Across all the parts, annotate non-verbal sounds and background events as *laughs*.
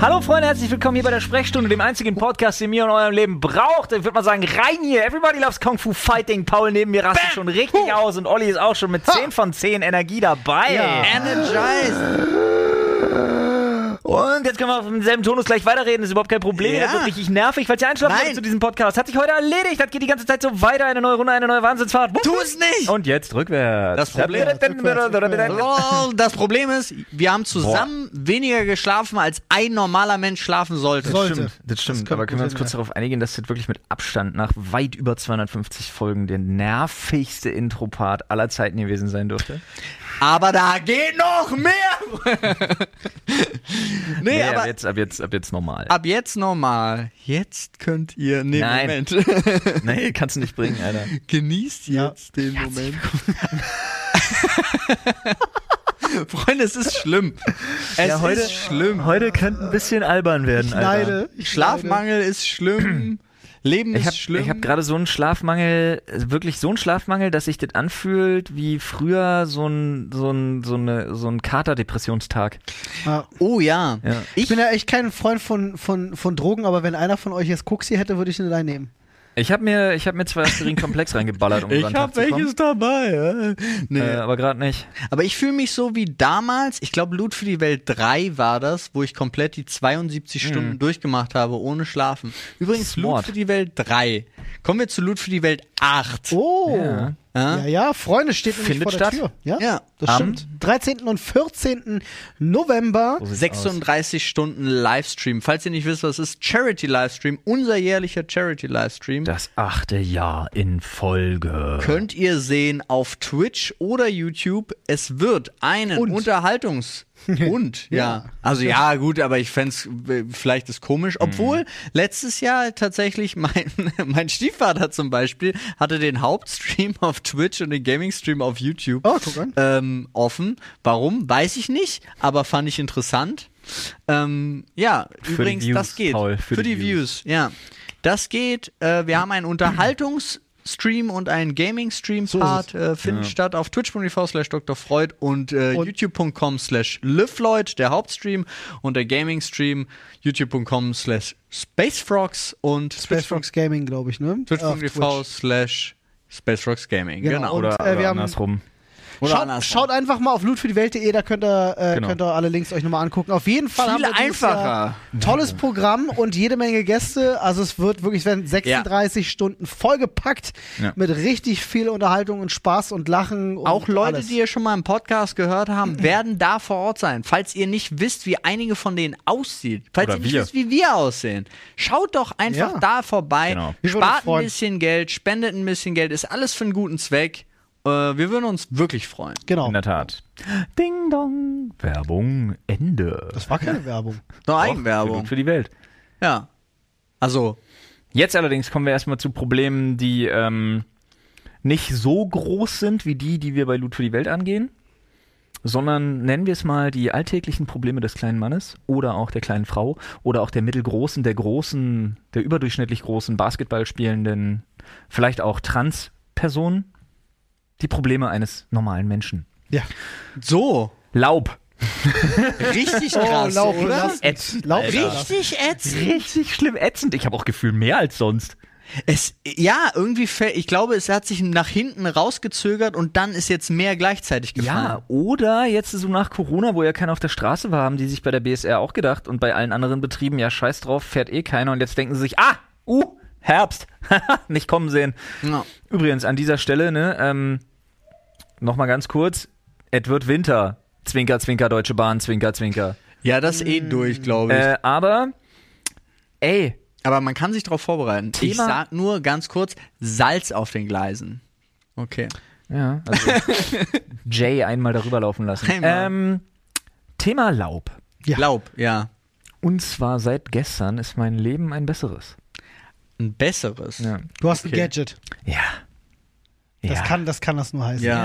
Hallo Freunde, herzlich willkommen hier bei der Sprechstunde, dem einzigen Podcast, den ihr in eurem Leben braucht. Ich würde mal sagen, rein hier. Everybody loves Kung Fu Fighting. Paul neben mir rastet schon richtig aus und Olli ist auch schon mit 10 von 10 Energie dabei. Energized. Und jetzt können wir auf demselben Tonus gleich weiterreden, ist überhaupt kein Problem. Ja. Das wird richtig nervig, falls ihr einschlafen Nein. wollt zu diesem Podcast. Hat sich heute erledigt, das geht die ganze Zeit so weiter. Eine neue Runde, eine neue Wahnsinnsfahrt. *laughs* Tu es nicht! Und jetzt rückwärts. Das Problem- Lol, das Problem ist, wir haben zusammen weniger geschlafen, als ein normaler Mensch schlafen sollte. Das Sollte. stimmt, das stimmt. könnte aber können wir uns gut kurz sein, darauf einigen, dass das wirklich mit Abstand nach weit über 250 Folgen der nervigste Intro-Part aller Zeiten gewesen sein dürfte? Aber da geht noch mehr! *laughs* nee, Nee, ab aber jetzt, ab jetzt, ab jetzt normal. ab jetzt normal. Jetzt könnt ihr, nee, Nein. Moment. *laughs* nee, kannst du nicht bringen, Alter. Genießt jetzt den Moment. *laughs* Freunde, es ist schlimm. Es Ja, heute, ist schlimm. heute könnte ein bisschen albern werden, Ich Alter. leide. Ich leide. Schlafmangel ist schlimm. Leben Ich ist habe schlimm. hab gerade so einen Schlafmangel, äh, wirklich so einen Schlafmangel, dass sich das anfühlt wie früher so ein, so ein, so eine, so ein Katerdepressionstag. Ja. oh ja. Ja. Ich bin ja echt kein Freund von, von, von Drogen, aber wenn einer von euch jetzt Koksi hätte, würde ich ihn reinnehmen. Ich habe mir, ich hab mir zwei *laughs* Aspirin-Komplex reingeballert, um Ich dran hab zu kommen. welches dabei. ja. Nee. Äh, aber gerade nicht. Aber ich fühle mich so wie damals, ich glaube, Loot für die Welt 3 war das, wo ich komplett die 72 Stunden durchgemacht habe, ohne Schlafen. Übrigens, Smart. Loot für die Welt 3. Kommen wir zu Loot für die Welt 8. Oh. Ja. Ja, Ja. ja, Freunde, steht nämlich Findet vor der statt. Tür. Ja, Ja. das Am- stimmt. 13. und 14. November. So sieht's aus. 36 Stunden Livestream. Falls ihr nicht wisst, was ist, Charity Livestream, unser jährlicher Charity Livestream. Das achte Jahr in Folge. Könnt ihr sehen auf Twitch oder YouTube. Es wird einen Und. Unterhaltungs- und, ja. Also ja, gut, aber ich fände es vielleicht ist komisch. Obwohl letztes Jahr tatsächlich mein, *laughs* mein Stiefvater zum Beispiel hatte den Hauptstream auf Twitch und den Gaming-Stream auf YouTube Oh, guck an. ähm, offen. Warum, weiß ich nicht, aber fand ich interessant. Ähm, ja, Für die übrigens, Views, das geht. Paul, für, die, Views. ja. Das geht. Äh, wir haben einen Unterhaltungsstream und einen Gaming-Stream-Part. äh, finden statt auf twitch.tv slash Dr. Freud und, äh, Und- youtube.com slash LivLeut, der Hauptstream, und der Gaming-Stream youtube.com slash SpaceFrogs und Space Fox Gaming, glaube ich, ne? Auf twitch.tv slash SpaceFrogsGaming. Genau, Genau. und- Oder, äh, wir oder haben- andersrum. Oder Schaut, andersrum. schaut einfach mal auf lootfürdiewelt.de, da könnt ihr, äh, Genau. könnt ihr alle Links euch nochmal angucken. Auf jeden Fall Viel haben wir dieses Jahr einfacher. tolles Programm und jede Menge Gäste. Also es wird wirklich, es werden 36 Stunden vollgepackt Ja. mit richtig viel Unterhaltung und Spaß und Lachen. Und Auch Leute, alles. die ihr schon mal im Podcast gehört *clears throat* haben, werden da vor Ort sein. Falls ihr nicht wisst, wie einige von denen aussieht, falls Oder ihr nicht wir. wisst, wie wir aussehen, schaut doch einfach Ja. da vorbei, Genau. Wir würden uns spart ein freuen. bisschen Geld, spendet ein bisschen Geld, ist alles für einen guten Zweck. Äh, wir würden uns wirklich freuen. Genau. In der Tat. Ding dong. Werbung Ende. Das war keine Werbung. Nur Doch, Eigenwerbung. Gut für die Welt. Ja. Also, Jetzt allerdings kommen wir erstmal zu Problemen, die ähm, nicht so groß sind wie die, die wir bei Loot für die Welt angehen, sondern nennen wir es mal die alltäglichen Probleme des kleinen Mannes oder auch der kleinen Frau oder auch der mittelgroßen, der großen, der überdurchschnittlich großen Basketballspielenden, vielleicht auch Transpersonen. Die Probleme eines normalen Menschen. Ja. so. Laub. *laughs* Richtig krass, Oh, Lauf, oder? lass- Ätzend. Lauf, Alter. lass- Richtig ätzend. Richtig schlimm ätzend. Ich habe auch Gefühl mehr als sonst. Es, ja, irgendwie, fäll- ich glaube, es hat sich nach hinten rausgezögert und dann ist jetzt mehr gleichzeitig gefallen. Ja, oder jetzt so nach Corona, wo ja keiner auf der Straße war, haben die sich bei der BSR auch gedacht und bei allen anderen Betrieben, ja, scheiß drauf, fährt eh keiner. Und jetzt denken sie sich, ah, uh, Herbst, *laughs* nicht kommen sehen. Ja. Übrigens, an dieser Stelle, ne, ähm, nochmal ganz kurz, es wird Winter. Zwinker, zwinker, Deutsche Bahn, zwinker, zwinker. Ja, das ist eh durch, glaube ich. Äh, aber, ey, Aber man kann sich darauf vorbereiten. ich Thema- sag nur ganz kurz, Salz auf den Gleisen. Okay. ja, also, Jay einmal darüber laufen lassen. Einmal. Ähm, Thema Laub. Ja. Laub, ja. Und zwar seit gestern ist mein Leben ein besseres. Ein besseres. Ja. Du hast Okay. ein Gadget. Ja. Das, Ja. kann, das kann das nur heißen. Ja.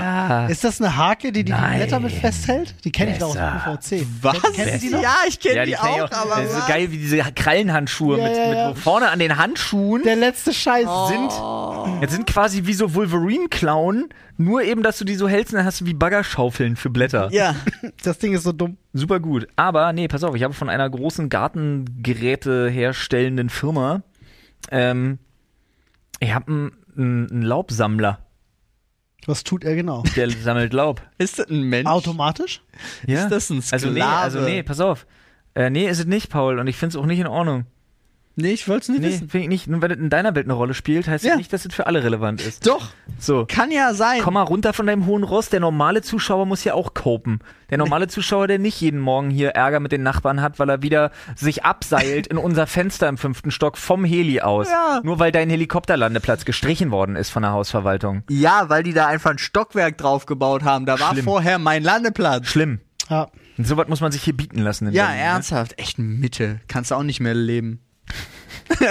Ja. Ist das eine Hake, die die Nein. Blätter mit festhält? Die kenne ich doch aus Besser. PVC. Was? Kennst du die noch? ja, ich kenne Ja, die, die kenn ich auch, aber. das was? ist geil, wie diese Krallenhandschuhe Ja, mit, ja, mit ja. wo vorne an den Handschuhen. Der letzte Scheiß. Oh. sind, jetzt sind quasi wie so Wolverine-Klauen, nur eben, dass du die so hältst und dann hast du wie Baggerschaufeln für Blätter. *laughs* Ja. Das Ding ist so dumm. Super gut. Aber nee, pass auf, ich habe von einer großen Gartengeräte herstellenden Firma, ähm, ich habe einen, einen einen Laubsammler, Was tut er genau? *laughs* der sammelt Laub. Ist das ein Mensch? Automatisch? Ja. Ist das ein Also nee, Sklave? also nee, pass auf. Äh, nee, ist es nicht, Paul, und ich finde es auch nicht in Ordnung. Nee, ich wollte es nicht Nee, wissen. finde ich nicht. Nur weil es in deiner Welt eine Rolle spielt, heißt Ja. das nicht, dass es für alle relevant ist. Doch, So. kann ja sein. Komm mal runter von deinem hohen Ross. Der normale Zuschauer muss ja auch kopen. Der normale Zuschauer, der nicht jeden Morgen hier Ärger mit den Nachbarn hat, weil er wieder sich abseilt in unser Fenster im fünften Stock vom Heli aus. Ja. Nur weil dein Helikopterlandeplatz gestrichen worden ist von der Hausverwaltung. Ja, weil die da einfach ein Stockwerk drauf gebaut haben. Da war Schlimm. vorher mein Landeplatz. Schlimm. Ja. Und sowas muss man sich hier bieten lassen. In Ja, Berlin, ne? ernsthaft. Echt Mitte. Kannst du auch nicht mehr leben. Wir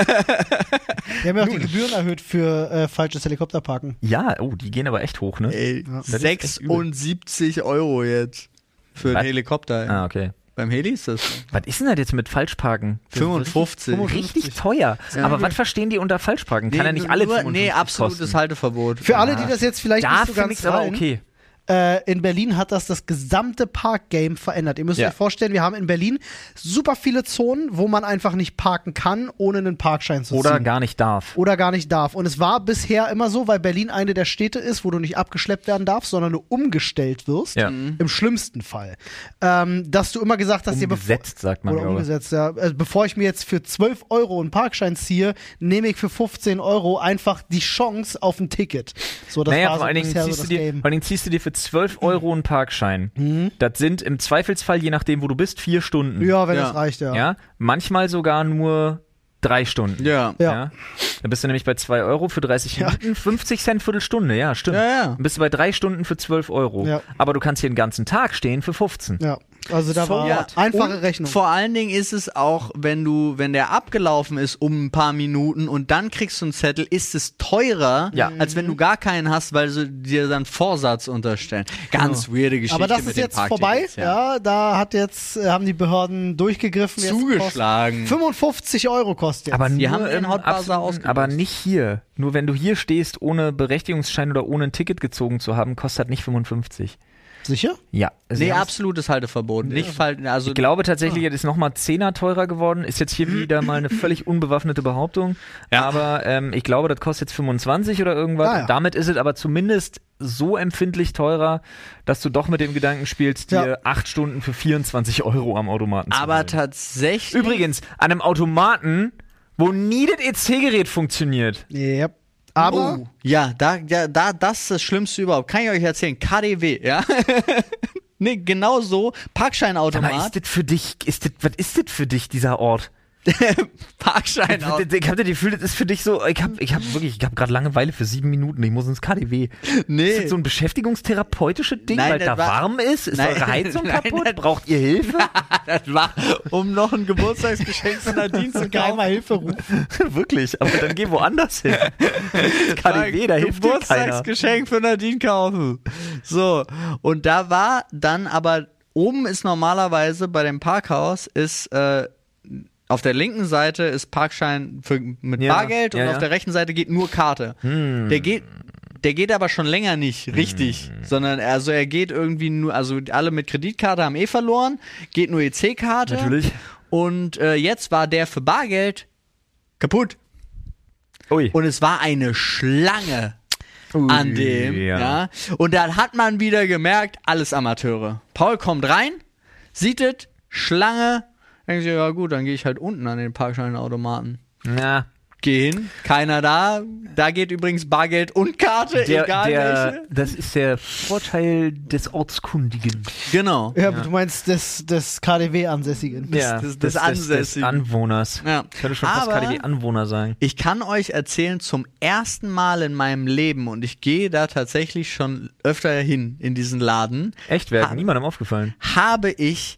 haben ja auch die Gebühren erhöht für äh, falsches Helikopterparken. Ja, oh, die gehen aber echt hoch, ne? Ey, ist echt übel. 76 Euro jetzt. Für Was? einen Helikopter. ey. Ah, okay. Beim Heli ist das. Was ist denn das jetzt mit Falschparken? Das ist 55. Richtig, richtig teuer. Aber was verstehen die unter Falschparken? Kann ja nicht alle nur, Nee, 55 absolutes kosten. Halteverbot. Für alle, die das jetzt vielleicht Da nicht so finde ganz ich aber rallen, okay. äh, in Berlin hat das das gesamte Parkgame verändert. Ihr müsst Ja. euch vorstellen, wir haben in Berlin super viele Zonen, wo man einfach nicht parken kann, ohne einen Parkschein zu Oder ziehen. gar nicht darf. oder gar nicht darf. Und es war bisher immer so, weil Berlin eine der Städte ist, wo du nicht abgeschleppt werden darfst, sondern du umgestellt wirst, Ja. Mhm. im schlimmsten Fall, ähm, dass du immer gesagt hast, dir bevor- Umgesetzt, sagt man, oder glaube ich. umgesetzt, ja. Also bevor ich mir jetzt für 12 Euro einen Parkschein ziehe, nehme ich für 15 Euro einfach die Chance auf ein Ticket. So, das naja, war vor so allen, Dingen bisher so ziehst das Mhm. du dir, halt Game. vor allen Dingen ziehst du dir für 12 Euro einen Parkschein. Das sind im Zweifelsfall, je nachdem, wo du bist, vier Stunden. Mhm. Ja, wenn Ja. das reicht, ja. Ja? Manchmal sogar nur drei Stunden. Ja. Ja. Dann bist du nämlich bei 2 Euro für 30 Minuten, 50 Cent Viertelstunde, ja, stimmt. Ja, ja. Dann bist du bei drei Stunden für 12 Euro. Ja. Aber du kannst hier den ganzen Tag stehen für 15. Ja. Also da So war what? einfache Und Rechnung. Vor allen Dingen ist es auch, wenn du, wenn der abgelaufen ist um ein paar Minuten und dann kriegst du einen Zettel, ist es teurer, Ja. als wenn du Mhm. gar keinen hast, weil sie dir dann Vorsatz unterstellen. Ganz weirde Geschichte. Aber das mit ist den jetzt Parktickets, vorbei. ja. Ja. da hat jetzt, äh, haben die Behörden durchgegriffen. Jetzt Zugeschlagen. kostet- 55 Euro kostet jetzt. Aber Die nur haben den im Hot Buzzer absoluten- ausgenutzt. Aber nicht hier. Nur wenn du hier stehst, ohne Berechtigungsschein oder ohne ein Ticket gezogen zu haben, kostet das nicht 55. sicher? Ja. Nee, absolut. absolutes Halteverbot. Nicht falten, also Ich glaube tatsächlich, Ah. es ist nochmal Zehner teurer geworden. Ist jetzt Mhm. hier wieder mal eine völlig unbewaffnete Behauptung. Aber ähm, ich glaube, das kostet jetzt 25 oder irgendwas. Ah, ja. Damit ist es aber zumindest so empfindlich teurer, dass du doch mit dem Gedanken spielst, dir Ja. Ah. acht Stunden für 24 Euro am Automaten zu aber halt. holen. tatsächlich. Übrigens, an einem Automaten, wo nie das EC-Gerät funktioniert. Yep. Aber Oh, ja, da, da, da, das ist das Schlimmste überhaupt. Kann ich euch erzählen. KDW, ja. *laughs* nee, genau so. Aber ist Parkscheinautomat. das für dich, ist das, was ist das für dich, dieser Ort? *laughs* Parkscheinautomat. Ich, ich habe das Gefühl, das ist für dich so, ich habe ich hab wirklich, ich habe gerade Langeweile für sieben Minuten, ich muss ins KDW. Ist Nee. das so ein beschäftigungstherapeutisches Ding, Nein, weil das da war- warm ist? Ist Nein, eure Heizung *laughs* nein, kaputt? das- Braucht ihr *laughs* Hilfe? *laughs* Das war, um noch ein Geburtstagsgeschenk zu Nadine zu kaufen. Hilferuf. Wirklich, aber dann geh woanders *laughs* hin. Das KDW, da hilft dir keiner. Geburtstagsgeschenk für Nadine kaufen. So, und da war dann aber oben ist normalerweise bei dem Parkhaus ist äh, auf der linken Seite ist Parkschein für, mit Ja, Bargeld und ja, Hm. auf ja. der rechten Seite geht nur Karte. Der geht der geht aber schon länger nicht richtig, Hm. sondern also er geht irgendwie nur also alle mit Kreditkarte haben eh verloren, geht nur EC-Karte. Natürlich. Und äh, jetzt war der für Bargeld kaputt. Ui. Und es war eine Schlange an dem. Ja. ja. Und dann hat man wieder gemerkt, alles Amateure. Paul kommt rein, sieht es, Schlange. Denkt sich, ja gut, dann gehe ich halt unten an den Parkscheinautomaten. Na, Geh hin, keiner da. Da geht übrigens Bargeld und Karte, der, egal der, welche. das ist der Vorteil des Ortskundigen. Genau. Ja, du meinst des, des KDW-Ansässigen. Ja, des- des des Ansässigen. Anwohners. Ja. Könnte schon fast Aber- KDW-Anwohner sein. Ich kann euch erzählen, zum ersten Mal in meinem Leben, und ich gehe da tatsächlich schon öfter hin in diesen Laden, Echt, wäre Ah. niemandem aufgefallen. habe ich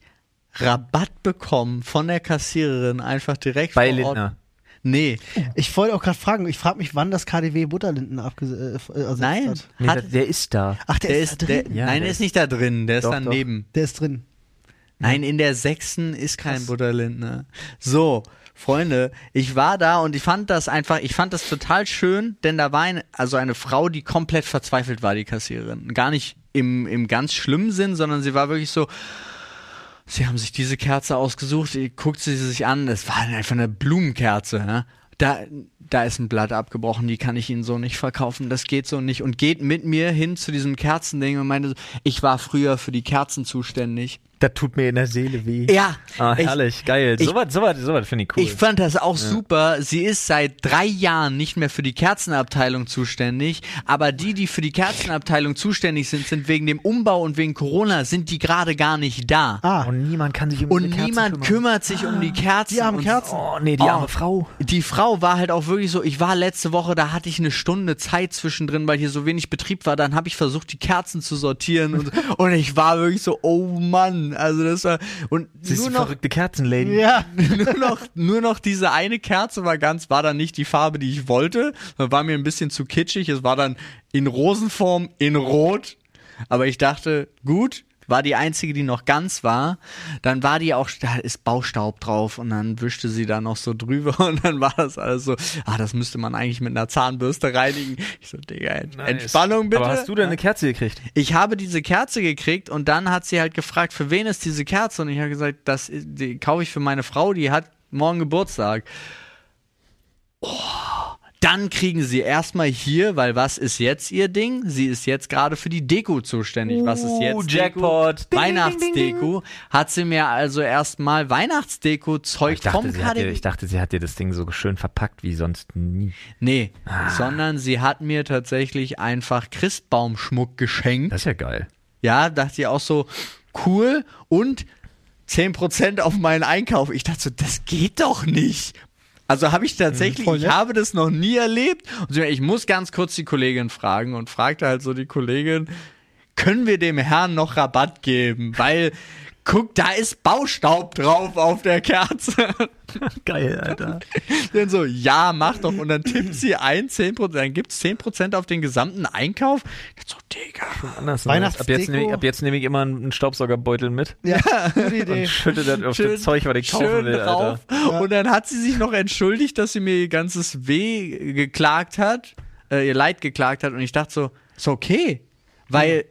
Rabatt bekommen von der Kassiererin einfach direkt Bei vor Ort. Lindner. Nee. Ich wollte auch gerade fragen, ich frage mich, wann das KDW Butterlinden abgesetzt äh, ersetzt Nein. hat. Nee, Hat- da- der ist da. Ach, der, Der ist, ist, da drin. der, Ja, nein, der der ist nicht da drin, der ist Doch, daneben. der ist drin. Nein, in der sechsten ist kein Butterlindner. So, Freunde, ich war da und ich fand das einfach, ich fand das total schön, denn da war eine, also eine Frau, die komplett verzweifelt war, die Kassiererin. Gar nicht im, im ganz schlimmen Sinn, sondern sie war wirklich so, sie haben sich diese Kerze ausgesucht, ihr guckt sie sich an, es war einfach eine Blumenkerze, ne? Da, da ist ein Blatt abgebrochen, die kann ich Ihnen so nicht verkaufen, das geht so nicht. Und geht mit mir hin zu diesem Kerzending und meinte, so, ich war früher für die Kerzen zuständig. Das tut mir in der Seele weh. Ja, Ah, ich- herrlich, geil. ich- Sowas so so finde ich cool. Ich fand das auch super. Sie ist seit drei Jahren nicht mehr für die Kerzenabteilung zuständig, aber die, die für die Kerzenabteilung zuständig sind, sind wegen dem Umbau und wegen Corona, sind die gerade gar nicht da. Ah, und niemand kann sich um und diese Kerzen niemand kümmern. kümmert sich um die Kerzen. die armen und Kerzen. Oh, nee, die arme Oh. Frau. die Frau war halt auch wirklich so, ich war letzte Woche, da hatte ich eine Stunde Zeit zwischendrin, weil hier so wenig Betrieb war, dann habe ich versucht, die Kerzen zu sortieren und, und ich war wirklich so, oh Mann, also das war, und Sie ist nur die noch verrückte Kerzenlady. Ja. *laughs* nur, noch, nur noch diese eine Kerze war ganz, war dann nicht die Farbe, die ich wollte. War mir ein bisschen zu kitschig. Es war dann in Rosenform, in Rot. Aber ich dachte, gut, war die einzige, die noch ganz war. Dann war die auch, da ist Baustaub drauf und dann wischte sie da noch so drüber *laughs* und dann war das alles so, ah, das müsste man eigentlich mit einer Zahnbürste reinigen. Ich so, Digga, Ent- Entspannung bitte. Aber hast du denn eine Kerze gekriegt? Ich habe diese Kerze gekriegt und dann hat sie halt gefragt, für wen ist diese Kerze? Und ich habe gesagt, das ist- die kaufe ich für meine Frau, die hat morgen Geburtstag. Oh, dann kriegen sie erstmal hier, weil was ist jetzt ihr Ding? Sie ist jetzt gerade für die Deko zuständig. Was ist jetzt? Uh, Deko? Jackpot. Ding, Weihnachtsdeko. ding, ding, ding, Hat sie mir also erstmal Weihnachtsdeko-Zeug Ich dachte, vom sie hat dir, KDW ich dachte, sie hat dir das Ding so schön verpackt wie sonst nie. Nee, Ah. sondern sie hat mir tatsächlich einfach Christbaumschmuck geschenkt. Das ist ja *laughs* geil. Ja, dachte ich auch so, cool und 10% auf meinen Einkauf. Ich dachte so, das geht doch nicht. Also habe ich tatsächlich, voll ich nett. habe das noch nie erlebt. Und so, ich muss ganz kurz die Kollegin fragen und fragte halt so die Kollegin, können wir dem Herrn noch Rabatt geben? Weil, guck, da ist Baustaub drauf auf der Kerze. *laughs* Geil, Alter. Denn so, ja, mach doch. Und dann tippt sie ein, 10%, dann gibt es 10% auf den gesamten Einkauf. Ich dachte so, Digga. Anders ne? Weihnachtsdeko. ab jetzt, nehme ich, ab jetzt nehme ich immer einen Staubsaugerbeutel mit ja, gute *laughs* und Idee. schütte das auf Schön- das Zeug, was ich kaufen schön will, drauf. Alter. Und dann hat sie sich noch entschuldigt, dass sie mir ihr ganzes Weh geklagt hat, äh, ihr Leid geklagt hat. Und ich dachte so, ist okay. Weil,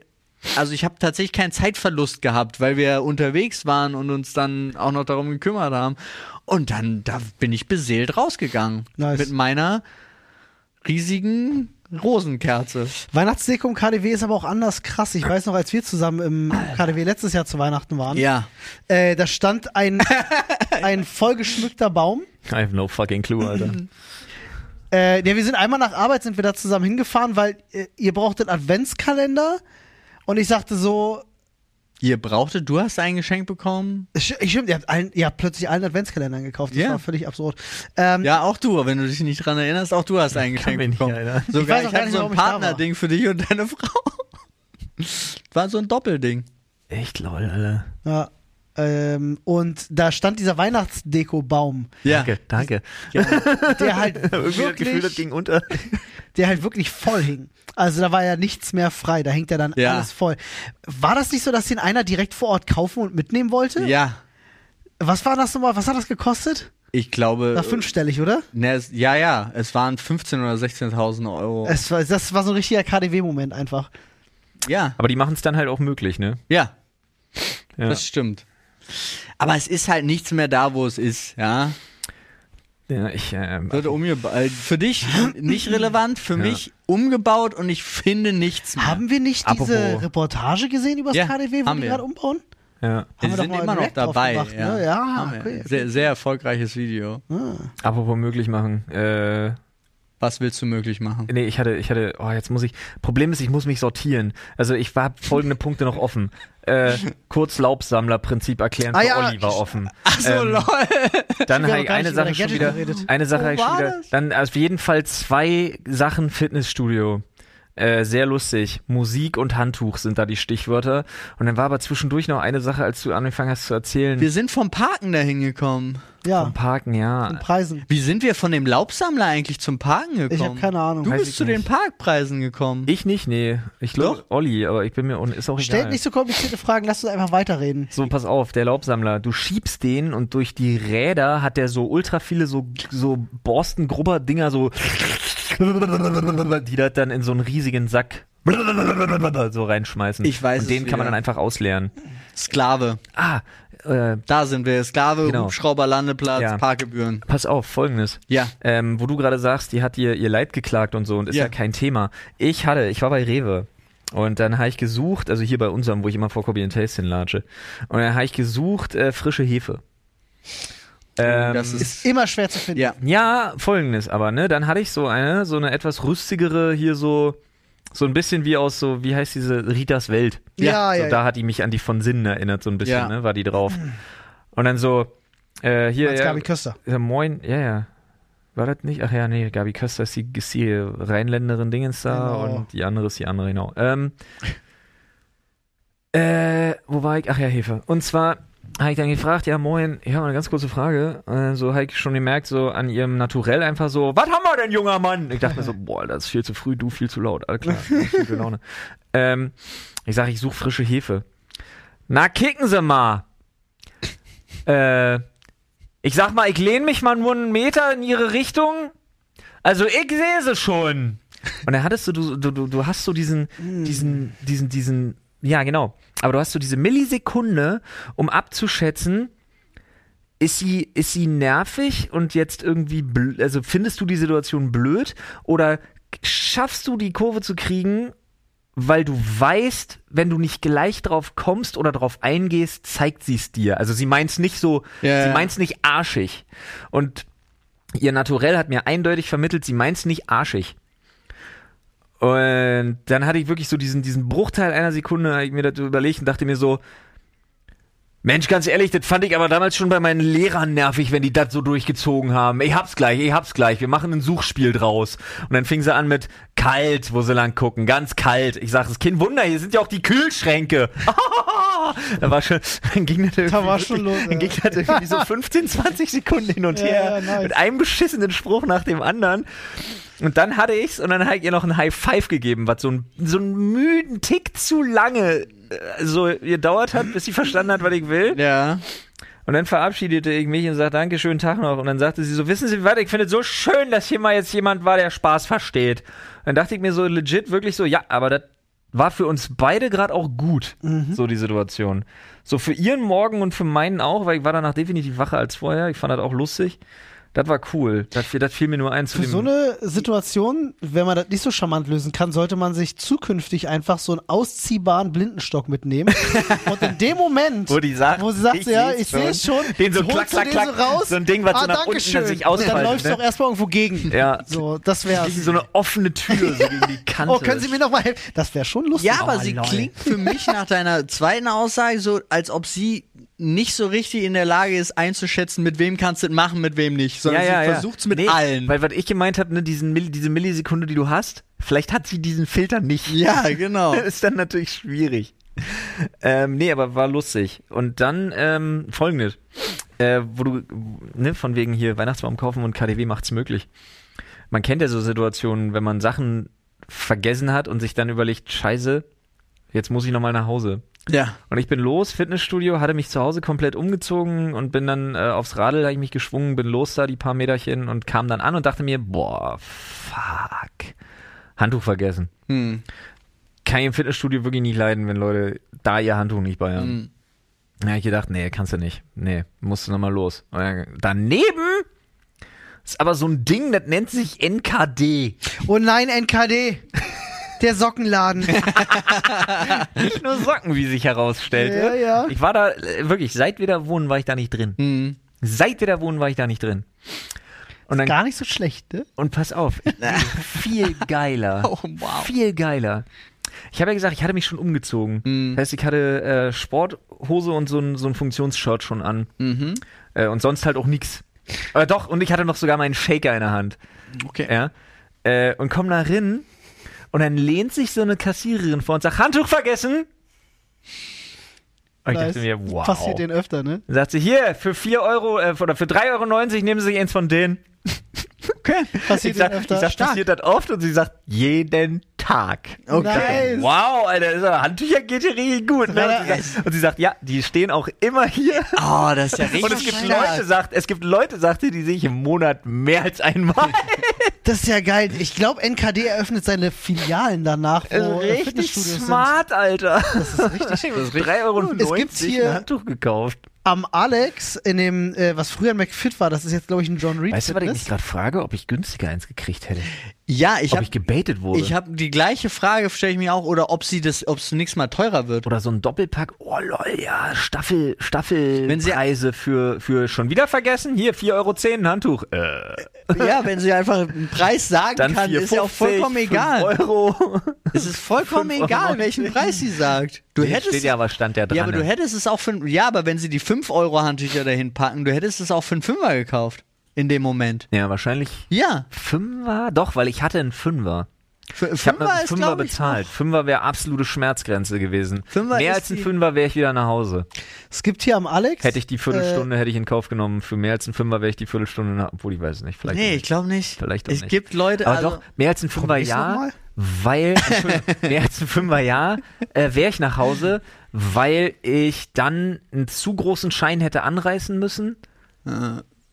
also ich habe tatsächlich keinen Zeitverlust gehabt, weil wir unterwegs waren und uns dann auch noch darum gekümmert haben. Und dann, da bin ich beseelt rausgegangen. Nice. Mit meiner riesigen Rosenkerze. Weihnachtsdeko im KDW ist aber auch anders krass. Ich weiß noch, als wir zusammen im KDW letztes Jahr zu Weihnachten waren, Ja. äh, da stand ein, ein vollgeschmückter Baum. I have no fucking clue, Alter. *laughs* Äh, ja, wir sind einmal nach Arbeit sind wir da zusammen hingefahren, weil äh, ihr braucht den Adventskalender. Und ich sagte so, Ihr brauchtet, du hast ein Geschenk bekommen? sch- stimmt, ihr habt, allen, ihr habt plötzlich allen Adventskalender gekauft. Das Ja. war völlig absurd. Ähm, Ja, auch du, wenn du dich nicht dran erinnerst, auch du hast ein Geschenk mich nicht bekommen. erinnern. Sogar, Ich weiß ich, auch gar hatte nicht, so warum ein ich da war. Partnerding für dich und deine *laughs* Frau. War so ein Doppelding. Echt lol, Alter. ja, ähm, und da stand dieser Weihnachtsdeko-Baum, Ja. Danke, danke. *laughs* der halt Irgendwie das Gefühl, das wirklich, ging unter. der halt wirklich voll hing. Also da war ja nichts mehr frei, da hängt ja dann Ja. alles voll. War das nicht so, dass den einer direkt vor Ort kaufen und mitnehmen wollte? Ja. Was war das nochmal? Was hat das gekostet? Ich Äh, glaube. Nach fünfstellig, oder? Ne, es, ja, ja. Es waren 15.000 oder 16.000 Euro. Es war, das war so ein richtiger KDW-Moment einfach. ja. Aber die machen es dann halt auch möglich, ne? Ja. Ja. Das stimmt. Aber es ist halt nichts mehr da, wo es ist, ja. Ja, ich, ähm, Wird umgebaut. Äh, Für dich nicht relevant, für Ja. mich umgebaut und ich finde nichts mehr. Haben wir nicht diese Apropos. Reportage gesehen über das Ja, KDW, wo haben die wir. gerade umbauen? ja. Haben wir doch sind mal immer einen noch Rack drauf dabei. gemacht, ja, ne? Ja, Haben wir. okay, okay. Sehr, sehr erfolgreiches Video. Apropos möglich machen. Äh, Was willst du möglich machen? nee, ich hatte, ich hatte, oh, jetzt muss ich. Problem ist, ich muss mich sortieren. Also ich war folgende Punkte noch offen. Äh, kurz Laubsammler-Prinzip erklären Ah für ja, Olli war *laughs* offen. Ach so, Ähm, lol. Dann Wir haben habe ich gar eine nicht über Sache schon Gadget wieder. geredet. Eine Sache Wo habe ich schon war wieder. das? Dann auf jeden Fall zwei Sachen Fitnessstudio. Äh, sehr lustig. Musik und Handtuch sind da die Stichwörter. Und dann war aber zwischendurch noch eine Sache, als du angefangen hast zu erzählen. Wir sind vom Parken dahin gekommen. Ja, Vom Parken, in ja. Preisen. Wie sind wir von dem Laubsammler eigentlich zum Parken gekommen? Ich habe keine Ahnung. Du Weiß bist ich zu den nicht. Parkpreisen gekommen. Ich nicht, nee. Ich glaube Olli, aber ich bin mir un ist auch Stellt egal. nicht so komplizierte Fragen, lasst uns einfach weiterreden. so, pass auf, der Laubsammler, du schiebst den und durch die Räder hat der so ultra viele so, so Borsten-Grubber-Dinger, so, die das dann in so einen riesigen Sack so reinschmeißen. Ich weiß Und den es kann man wieder. dann einfach ausleeren. Sklave. Ah, äh, Da sind wir. Sklave, Genau. Hubschrauber, Landeplatz, Ja. Parkgebühren. Pass auf, folgendes. Ja. Ähm, wo du gerade sagst, die hat ihr, ihr Leid geklagt und so und ist ja. Ja. kein Thema. Ich hatte, ich war bei Rewe und dann habe ich gesucht, also hier bei unserem, wo ich immer vor Copy and Taste hinlatsche, und dann habe ich gesucht, äh, frische Hefe. Ähm, das ist, Ist immer schwer zu finden. ja. ja, folgendes aber, ne? Dann hatte ich so eine, so eine etwas rüstigere hier so, so ein bisschen wie aus so, wie heißt diese Ritas Welt. Ja, so, ja, Da ja. hat die mich an die von Sinnen erinnert, so ein bisschen, Ja. ne? War die drauf. Und dann so, äh, hier. Als ja, Gabi Köster. ja, moin, ja, ja. War das nicht? Ach ja, nee, Gabi Köster ist die, ist die Rheinländerin Dingens da Genau. und die andere ist die andere, genau. Ähm, *laughs* äh, wo war ich? Ach ja, Hefe. Und zwar habe ich dann gefragt, ja, moin, ich habe mal eine ganz kurze Frage. Äh, so habe ich schon gemerkt, so an ihrem Naturell einfach so, was haben wir denn, junger Mann? Ich dachte mir so, boah, das ist viel zu früh, du viel zu laut, alles klar, ich hab gute Laune. Ähm, ich sage, ich suche frische Hefe. Na, kicken Sie mal. äh, ich sag mal, ich lehne mich mal nur einen Meter in ihre Richtung. Also ich sehe sie schon. Und dann hattest du, du, du- du, du hast so diesen, Hm. diesen, diesen, diesen, ja genau. Aber du hast so diese Millisekunde, um abzuschätzen, ist sie, ist sie nervig und jetzt irgendwie, bl- also findest du die Situation blöd oder schaffst du die Kurve zu kriegen, weil du weißt, wenn du nicht gleich drauf kommst oder drauf eingehst, zeigt sie es dir. Also sie meint es nicht so, Ja, sie ja. meint es nicht arschig. Und ihr Naturell hat mir eindeutig vermittelt, sie meint es nicht arschig. Und dann hatte ich wirklich so diesen, diesen Bruchteil einer Sekunde, habe ich mir das überlegt und dachte mir so, Mensch, ganz ehrlich, das fand ich aber damals schon bei meinen Lehrern nervig, wenn die das so durchgezogen haben. Ich hab's gleich, ich hab's gleich. Wir machen ein Suchspiel draus. Und dann fing sie an mit kalt, wo sie lang gucken, ganz kalt. Ich sag, es ist kein Wunder, hier sind ja auch die Kühlschränke. *laughs* da war schon, dann ging das irgendwie, Da war schon los, dann ja. ging das irgendwie so 15, 20 Sekunden hin und Ja, her. ja, nice. Mit einem beschissenen Spruch nach dem anderen. Und dann hatte ich's und dann habe ich ihr noch ein High Five gegeben, was so, ein, so einen müden Tick zu lange äh, so gedauert hat, bis sie verstanden hat, was ich will. Ja. Und dann verabschiedete ich mich und sagte, danke, schönen Tag noch. Und dann sagte sie so, wissen Sie was, ich finde es so schön, dass hier mal jetzt jemand war, der Spaß versteht. Dann dachte ich mir so legit wirklich so, ja, aber das war für uns beide gerade auch gut, Mhm. so die Situation. So für ihren Morgen und für meinen auch, weil ich war danach definitiv wacher als vorher. Ich fand das auch lustig. Das war cool. Das, fiel- das fiel mir nur ein zu Für dem so eine Situation, wenn man das nicht so charmant lösen kann, sollte man sich zukünftig einfach so einen ausziehbaren *laughs* Blindenstock mitnehmen. und in dem Moment, Wo die sagt, wo sie sagt, ich ja, seh's ich sehe es schon, Den so holst klack, du klack, den klack, so, raus, so ein Ding, was ah, so nach unten Dankeschön. dann sich Dann ausfaltet, läufst du ne? doch erstmal irgendwo gegen. Ja. So, das wär's. gegen so eine offene Tür, so gegen die Kante. Oh, können Sie mir nochmal helfen? Das wäre schon lustig. Ja, aber Oh, sie lol. klingt für mich nach deiner zweiten Aussage so, als ob sie nicht so richtig in der Lage ist einzuschätzen, mit wem kannst du es machen, mit wem nicht, sondern sie versucht's mit Nee, allen. Weil was ich gemeint habe, ne, diesen Mill- diese Millisekunde, die du hast, vielleicht hat sie diesen Filter nicht. ja, *laughs* genau. *laughs* ist dann natürlich schwierig. Ähm, nee, aber war lustig. Und dann ähm, folgendes. Äh, wo du, ne, von wegen hier Weihnachtsbaum kaufen und KDW macht's möglich. Man kennt ja so Situationen, wenn man Sachen vergessen hat und sich dann überlegt, scheiße, jetzt muss ich nochmal nach Hause. ja. Und ich bin los, Fitnessstudio, hatte mich zu Hause komplett umgezogen und bin dann äh, aufs Radl, habe ich mich geschwungen, bin los da die paar Meterchen und kam dann an und dachte mir, boah, fuck, Handtuch vergessen. Hm. Kann ich im Fitnessstudio wirklich nicht leiden, wenn Leute da ihr Handtuch nicht bei haben. Hm. Da habe ich gedacht, nee, kannst du nicht. Nee, musst du nochmal los. Und dann, daneben ist aber so ein Ding, das nennt sich NKD. Oh nein, NKD. Der Sockenladen. Nicht nur Socken, wie sich herausstellte. Ja, ja. Ich war da, äh, wirklich, seit wir da wohnen, war ich da nicht drin. Hm. Seit wir da wohnen, war ich da nicht drin. Und, *laughs* dann, Gar nicht so schlecht, ne? und pass auf, *laughs* viel geiler. Oh, wow. Viel geiler. Ich habe ja gesagt, ich hatte mich schon umgezogen. Mm. Das heißt, ich hatte äh, Sporthose und so ein, so ein Funktionsshirt schon an. Mhm. Äh, und sonst halt auch nix. Äh, doch, und ich hatte noch sogar meinen Shaker in der Hand. Okay. Ja. Äh, und komm da rein und dann lehnt sich so eine Kassiererin vor und sagt, Handtuch vergessen. Und ich Nice. dachte mir, wow. Passiert denen öfter, ne? Dann sagt sie, hier, für 4 Euro äh, oder für 3,90 Euro nehmen Sie sich eins von denen. *laughs* Okay. Passiert Ich sag, denen ich öfter. sag Stark. passiert das oft und sie sagt, jeden Tag. Okay. Nice. Wow, Alter, ist aber Handtücher geht hier richtig gut. Ne? Und, sie sagt, und sie sagt, ja, die stehen auch immer hier. Oh, das ist ja richtig Und es gibt stark. Leute, sagt, es gibt Leute, sagt sie, die sehe ich im Monat mehr als *laughs* einmal. Das ist ja geil. Ich glaube, NKD eröffnet seine Filialen danach, wo Also äh, richtig Fitnessstudios smart, Alter. Das ist *laughs* richtig. das ist richtig 3,90 Euro Es gibt's hier- ein Handtuch gekauft. sind. Am Alex, in dem, äh, was früher ein McFit war, das ist jetzt, glaube ich, ein John Reed. Weißt du, was ich Fitness. mich gerade frage, ob ich günstiger eins gekriegt hätte? Ja, ich ob habe ich gebaitet wurde? ich hab die gleiche Frage, stelle ich mir auch, oder ob sie das, ob es nächstes Mal teurer wird. Oder so ein Doppelpack. Oh lol, ja, Staffel, Staffelpreise Wenn sie- für, für schon wieder vergessen. Hier, 4,10 Euro ein Handtuch. Äh, ja, wenn sie einfach einen Preis sagen dann kann, 4,50, ist ja auch vollkommen 5 egal. Euro. Es ist vollkommen Fünf Euro egal, neunzig. welchen Preis sie sagt. *laughs* Du Nee, hättest steht ja aber stand ja dran. ne? Ja, aber du hättest es auch für Ja, aber wenn sie die 5 Euro Handtücher dahin packen, du hättest es auch für einen Fünfer gekauft in dem Moment. ja, wahrscheinlich Ja, Fünfer? Doch, weil ich hatte einen Fünfer. für, Ich habe Fünfer einen ist Fünfer glaub bezahlt. Fünfer wäre absolute Schmerzgrenze gewesen. Fünfer mehr ist als ein die- Fünfer wäre ich wieder nach Hause. Es gibt hier am Alex. Hätte ich die Äh, Viertelstunde, hätte ich in Kauf genommen. Für mehr als ein Fünfer wäre ich die Viertelstunde nach, obwohl ich weiß nicht, Noch, vielleicht. nee, nicht. ich glaube nicht. Vielleicht auch es nicht. gibt Leute, Aber also, doch, mehr als ein Fünfer ich's Jahr, nochmal? weil, Entschuldigung, *laughs* mehr als ein Fünfer Jahr äh, wäre ich nach Hause, weil ich dann einen zu großen Schein hätte anreißen müssen.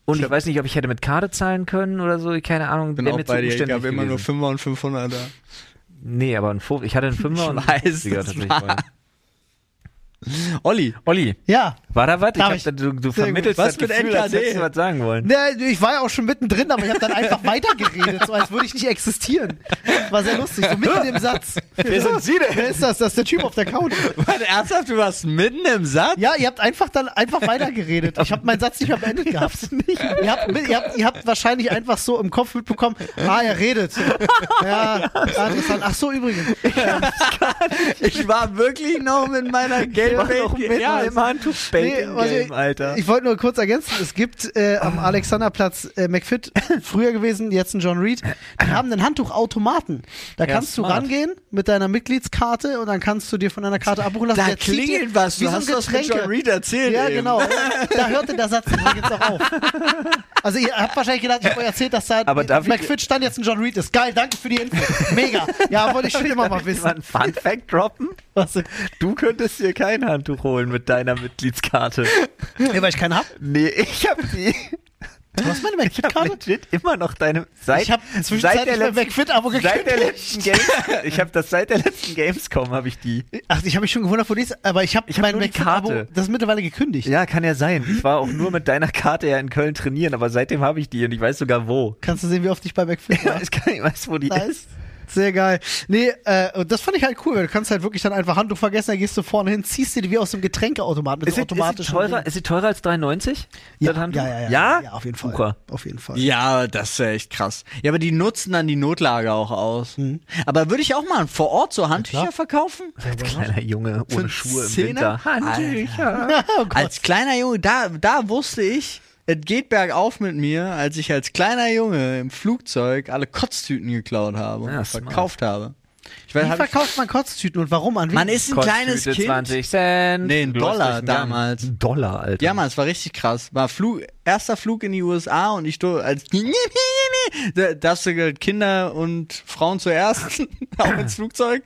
Und ich weiß nicht, ob ich hätte mit Karte zahlen können oder so, keine Ahnung. bin wär auch mir zu bei dir. Ich umständlich habe immer nur gewesen. Fünfer und 500 da. Nee, aber ein Fuf ich hatte einen Fünfer und Ich weiß, einen 50er das tatsächlich. war- vorher. Olli, *laughs* Olli, äh, ja. war da was? Ich Darf hab ich? da- Du, du Sehr vermittelst gut. Was das mit Gefühl, als NKD? hättest du was sagen wollen. Ne, ich war ja auch schon mittendrin, aber ich habe dann einfach weitergeredet, so als würde ich nicht existieren. War sehr lustig, so mitten im Satz. Wer sind Sie denn? Wer ist das? Das ist der Typ auf der Couch. was ernsthaft, du warst mitten im Satz? Ja, ihr habt einfach dann einfach weitergeredet. Ich habe meinen Satz nicht mehr beendet gehabt. Ihr habt, mit- ihr, habt, ihr habt wahrscheinlich einfach so im Kopf mitbekommen, ah, er redet. *laughs* Ja, ah, interessant. Ach so, übrigens. Ich war wirklich noch mit *laughs* meiner gelben ja, Handtuch Nee, was ich- Ich wollte nur kurz ergänzen, es gibt äh, Oh. am Alexanderplatz äh, McFit, früher gewesen, jetzt ein John Reed, die haben einen Handtuchautomaten. Da Ja, kannst smart. du rangehen mit deiner Mitgliedskarte und dann kannst du dir von deiner Karte abrufen lassen. Da Der zieht klingelt dir was. wie Du so ein hast das mit Getränke. John Reed erzählt. Ja, eben. genau. Da hörte der Satz übrigens auch auf. Also ihr habt wahrscheinlich gedacht, ich habe euch erzählt, dass da Aber darf ich- McFit stand jetzt ein John Reed ist. Geil, danke für die Info. Mega. *laughs* Ja, wollte ich schon immer mal Willst du mal wissen. einen Fun Fact droppen? Was, ja, Du könntest dir kein Handtuch holen mit deiner Mitgliedskarte. weil ich keine hab. Nee, ich hab die. Du hast meine *laughs* Ich hab McFit-Karte? *laughs* legit immer noch deine. Seit, Ich habe seit der zwischenzeitlich letzten, mein McFit-Abo seit gekriegt. der letzten Games, *laughs* Ich hab das seit der letzten Gamescom, habe ich die. Ach, ich habe mich schon gewundert, wo die ist, aber ich habe Ich hab mein nur die McFit-Abo, Karte. das ist mittlerweile gekündigt. Ja, kann ja sein. Ich war auch nur mit deiner Karte ja in Köln trainieren, aber seitdem habe ich die und ich weiß sogar wo. Kannst du sehen, wie oft ich bei McFit Ich war? weiß, gar nicht, ich weiß wo die nice. ist. Sehr geil. Nee, äh, und das fand ich halt cool, weil du kannst halt wirklich dann einfach Handtuch vergessen, dann gehst du vorne hin, ziehst dir die wie aus dem Getränkeautomaten. mit Ist so sie, ist, sie automatischen teurer, ist sie teurer als 93? Ja, Das Handtuch? ja, ja, ja, ja. ja, auf jeden Fall. Super. Auf jeden Fall. Ja, das ist ja echt krass. Ja, aber die nutzen dann die Notlage auch aus. hm? Aber würde ich auch mal vor Ort so Handtücher klar. verkaufen? Als kleiner Junge ohne einen Schuhe im Zehner? Winter. Handtücher. Oh Gott. Als kleiner Junge, da, da wusste ich, es geht bergauf mit mir, als ich als kleiner Junge im Flugzeug alle Kotztüten geklaut habe und Ja, smart. verkauft habe. Ich wie weiß, hab ich, verkauft man Kotztüten und warum an wen? man ist ein Kostet kleines Tüte Kind. 20 Cent. Nee, ein Du läufst Dollar durch den Gang. damals. Ein Dollar, Alter. Ja, Mann, es war richtig krass. War Flug, erster Flug in die USA und ich dur- als *laughs* da darfst du Kinder und Frauen zuerst *laughs* auch ins Flugzeug.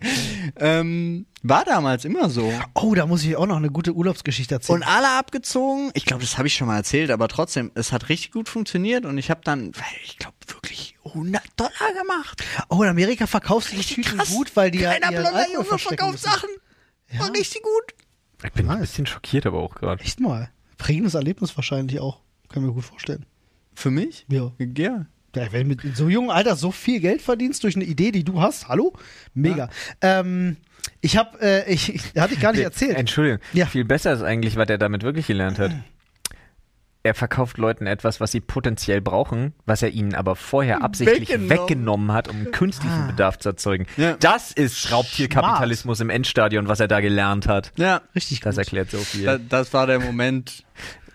Ähm, war damals immer so. oh, da muss ich auch noch eine gute Urlaubsgeschichte erzählen. Und alle abgezogen. Ich glaube, das habe ich schon mal erzählt, aber trotzdem, es hat richtig gut funktioniert und ich habe dann, ich glaube, wirklich 100 Dollar gemacht. oh, in Amerika verkaufst du die Tüten Krass. gut, weil die ja Kleiner ihren blonder Alkohol Junge verstecken verkauft müssen. Sachen. War richtig gut. Ich bin ein bisschen schockiert aber auch gerade. Echt mal. Prägendes Erlebnis wahrscheinlich auch. Kann mir gut vorstellen. Für mich? Ja. Ja. Ja, wenn mit in so jungen Alter so viel Geld verdienst durch eine Idee, die du hast, hallo? Mega. Ähm, ich habe, äh, ich, ich hatte ich gar nicht erzählt. Entschuldigung. Ja. Viel besser ist eigentlich, was er damit wirklich gelernt hat. Er verkauft Leuten etwas, was sie potenziell brauchen, was er ihnen aber vorher absichtlich Weggenommen. Hm, weggenommen, hat, um einen künstlichen Bedarf zu erzeugen. Ja. Das ist Raubtierkapitalismus im Endstadion, was er da gelernt hat. Ja. Richtig Das gut. erklärt so viel. Da, das war der Moment.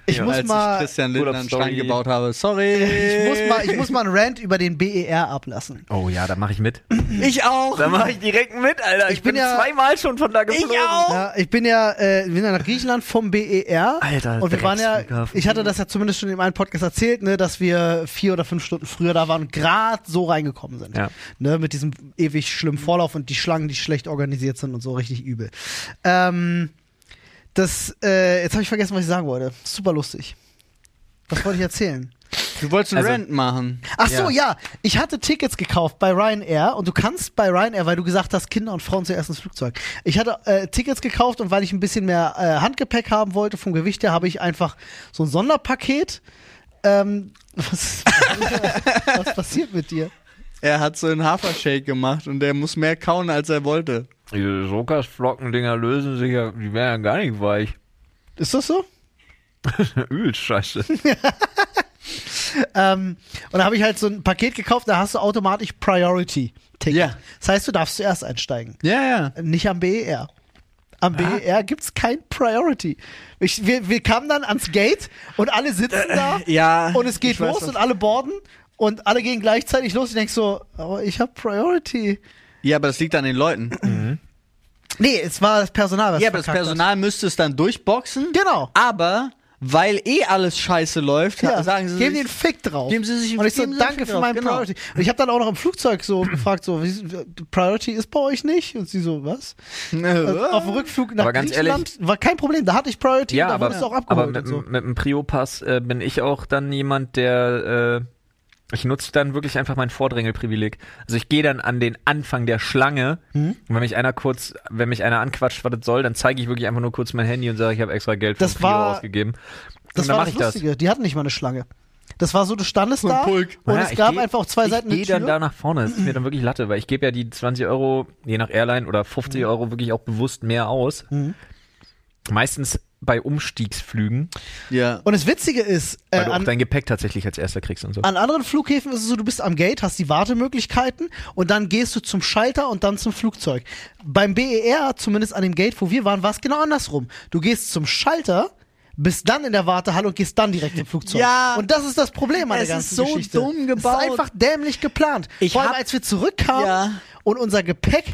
Ich muss als mal- ich Christian Lindner einen Urlaubsstory. Schrank gebaut habe. Sorry. *laughs* Ich muss, mal, ich muss mal einen Rant über den BER ablassen. Oh ja, da mache ich mit. Ich auch. Da mache ich direkt mit, Alter. Ich, bin bin, ja- zweimal schon von da geflogen. Ja, ich bin ja, äh, bin ja nach Griechenland vom BER. Alter, und wir waren ja, Drecksflughafen. ich hatte das ja zumindest schon in einem Podcast erzählt, ne, dass wir vier oder fünf Stunden früher da waren und gerade so reingekommen sind. Ja. Ne, mit diesem ewig schlimmen Vorlauf und die Schlangen, die schlecht organisiert sind und so richtig übel. Ähm, das, äh, jetzt habe ich vergessen, was ich sagen wollte. Super lustig. Was wollte ich erzählen? *laughs* Du wolltest einen Also- Rant machen. Ach so, ja. Ich hatte Tickets gekauft bei Ryanair und du kannst bei Ryanair, weil du gesagt hast, Kinder und Frauen zuerst ins Flugzeug. Ich hatte äh, Tickets gekauft und weil ich ein bisschen mehr äh, Handgepäck haben wollte vom Gewicht her, habe ich einfach so ein Sonderpaket. Ähm, *laughs* was, was passiert mit dir? Er hat so einen Hafershake gemacht und der muss mehr kauen, als er wollte. Diese Sokas-Flockendinger lösen sich ja, die wären ja gar nicht weich. *laughs* Ist das so? Übelst scheiße. Ähm, und da habe ich halt so ein Paket gekauft, da hast du automatisch Priority-Ticket. Ja. Das heißt, du darfst zuerst einsteigen. Ja, ja. Nicht am BER. Ah. Am BER gibt's kein Priority. Ich, wir, wir kamen dann ans Gate und alle sitzen da ja, und es Äh, geht ich weiß los was- und alle borden und alle gehen gleichzeitig los. Ich denk so, aber ich habe Priority. Ja, aber das liegt an den Leuten. Nee, es war das Personal. Was Ja, aber Mhm. das verkackt hat. Personal müsste es dann durchboxen. Genau. Aber weil eh alles scheiße läuft, Ja, sagen sie geben sich, den Fick drauf. Geben Sie sich- und ich so, geben Sie sich danke Fick für drauf, meinen genau. Priority. Und ich habe dann auch noch im Flugzeug so gefragt, so, wie- Priority ist bei euch nicht? Und sie so, was? Und Äh, auf dem Rückflug nach Aber ganz Griechenland war kein Problem, da hatte ich Priority, ja, da aber, wurde es auch aber abgeholt mit, und so. mit dem Prio-Pass äh, bin ich auch dann jemand, der. Äh, ich nutze dann wirklich einfach mein Vordrängelprivileg. Also ich gehe dann an den Anfang der Schlange Hm? und wenn mich einer kurz, wenn mich einer anquatscht, was das soll, dann zeige ich wirklich einfach nur kurz mein Handy und sage, ich habe extra Geld für Das den Prio war- ausgegeben. Das und dann mache war das ich das. Lustige. Die hatten nicht mal eine Schlange. Das war so, du standest ein da Pulk. und Naja, es ich gab geh- einfach auf zwei Seiten Ich eine gehe Tür. dann da nach vorne. Das ist mir dann wirklich Latte, weil ich gebe ja die 20 Euro, je nach Airline oder Mhm. 50 Euro wirklich auch bewusst mehr aus. Meistens bei Umstiegsflügen, *laughs* ja. und das Witzige ist, äh, weil du auch an, dein Gepäck tatsächlich als erster kriegst und so. an anderen Flughäfen ist es so, du bist am Gate, hast die Wartemöglichkeiten und dann gehst du zum Schalter und dann zum Flugzeug. Beim BER, zumindest an dem Gate, wo wir waren, war es genau andersrum. Du gehst zum Schalter, bist dann in der Wartehalle und gehst dann direkt zum Flugzeug. Ja. und das ist das Problem an Es der ist ganzen so Geschichte. dumm Es gebaut. ist einfach dämlich geplant. Ich Vor allem, hab- als wir zurückkamen Ja. und unser Gepäck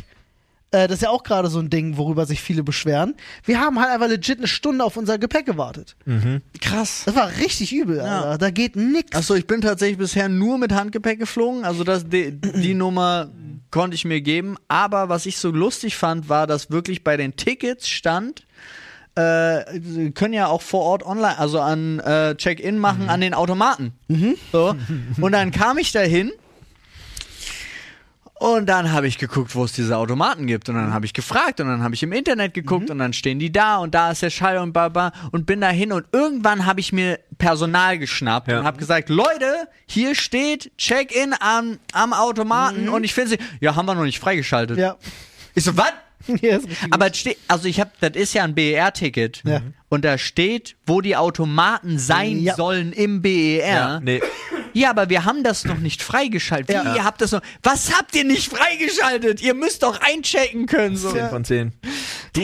äh, das ist ja auch gerade so ein Ding, worüber sich viele beschweren. Wir haben halt einfach legit eine Stunde auf unser Gepäck gewartet. Krass. Das war richtig übel, Alter. Da geht nix. Achso, ich bin tatsächlich bisher nur mit Handgepäck geflogen. Also das, die, die Nummer konnte ich mir geben. Aber was ich so lustig fand, war, dass wirklich bei den Tickets stand, äh, sie können ja auch vor Ort online, also an äh, Check-in machen an den Automaten. So. Und dann kam ich dahin. Und dann habe ich geguckt, wo es diese Automaten gibt. Und dann habe ich gefragt und dann habe ich im Internet geguckt Mhm. und dann stehen die da und da ist der Schall und baba und bin dahin und irgendwann habe ich mir Personal geschnappt Ja. und habe gesagt, Leute, hier steht Check-in am, am Automaten und ich finde sie, ja, haben wir noch nicht freigeschaltet. Mhm. Ja. *laughs* Ich so, was? ja ist richtig Aber es steht, also ich habe, das ist ja ein BER-Ticket Ja. und da steht, wo die Automaten sein Ja. sollen im E BER. nee. Ja, aber wir haben das noch nicht freigeschaltet. Ja. Wie, ihr habt das noch. Was habt ihr nicht freigeschaltet? Ihr müsst doch einchecken können. So. 10 von 10.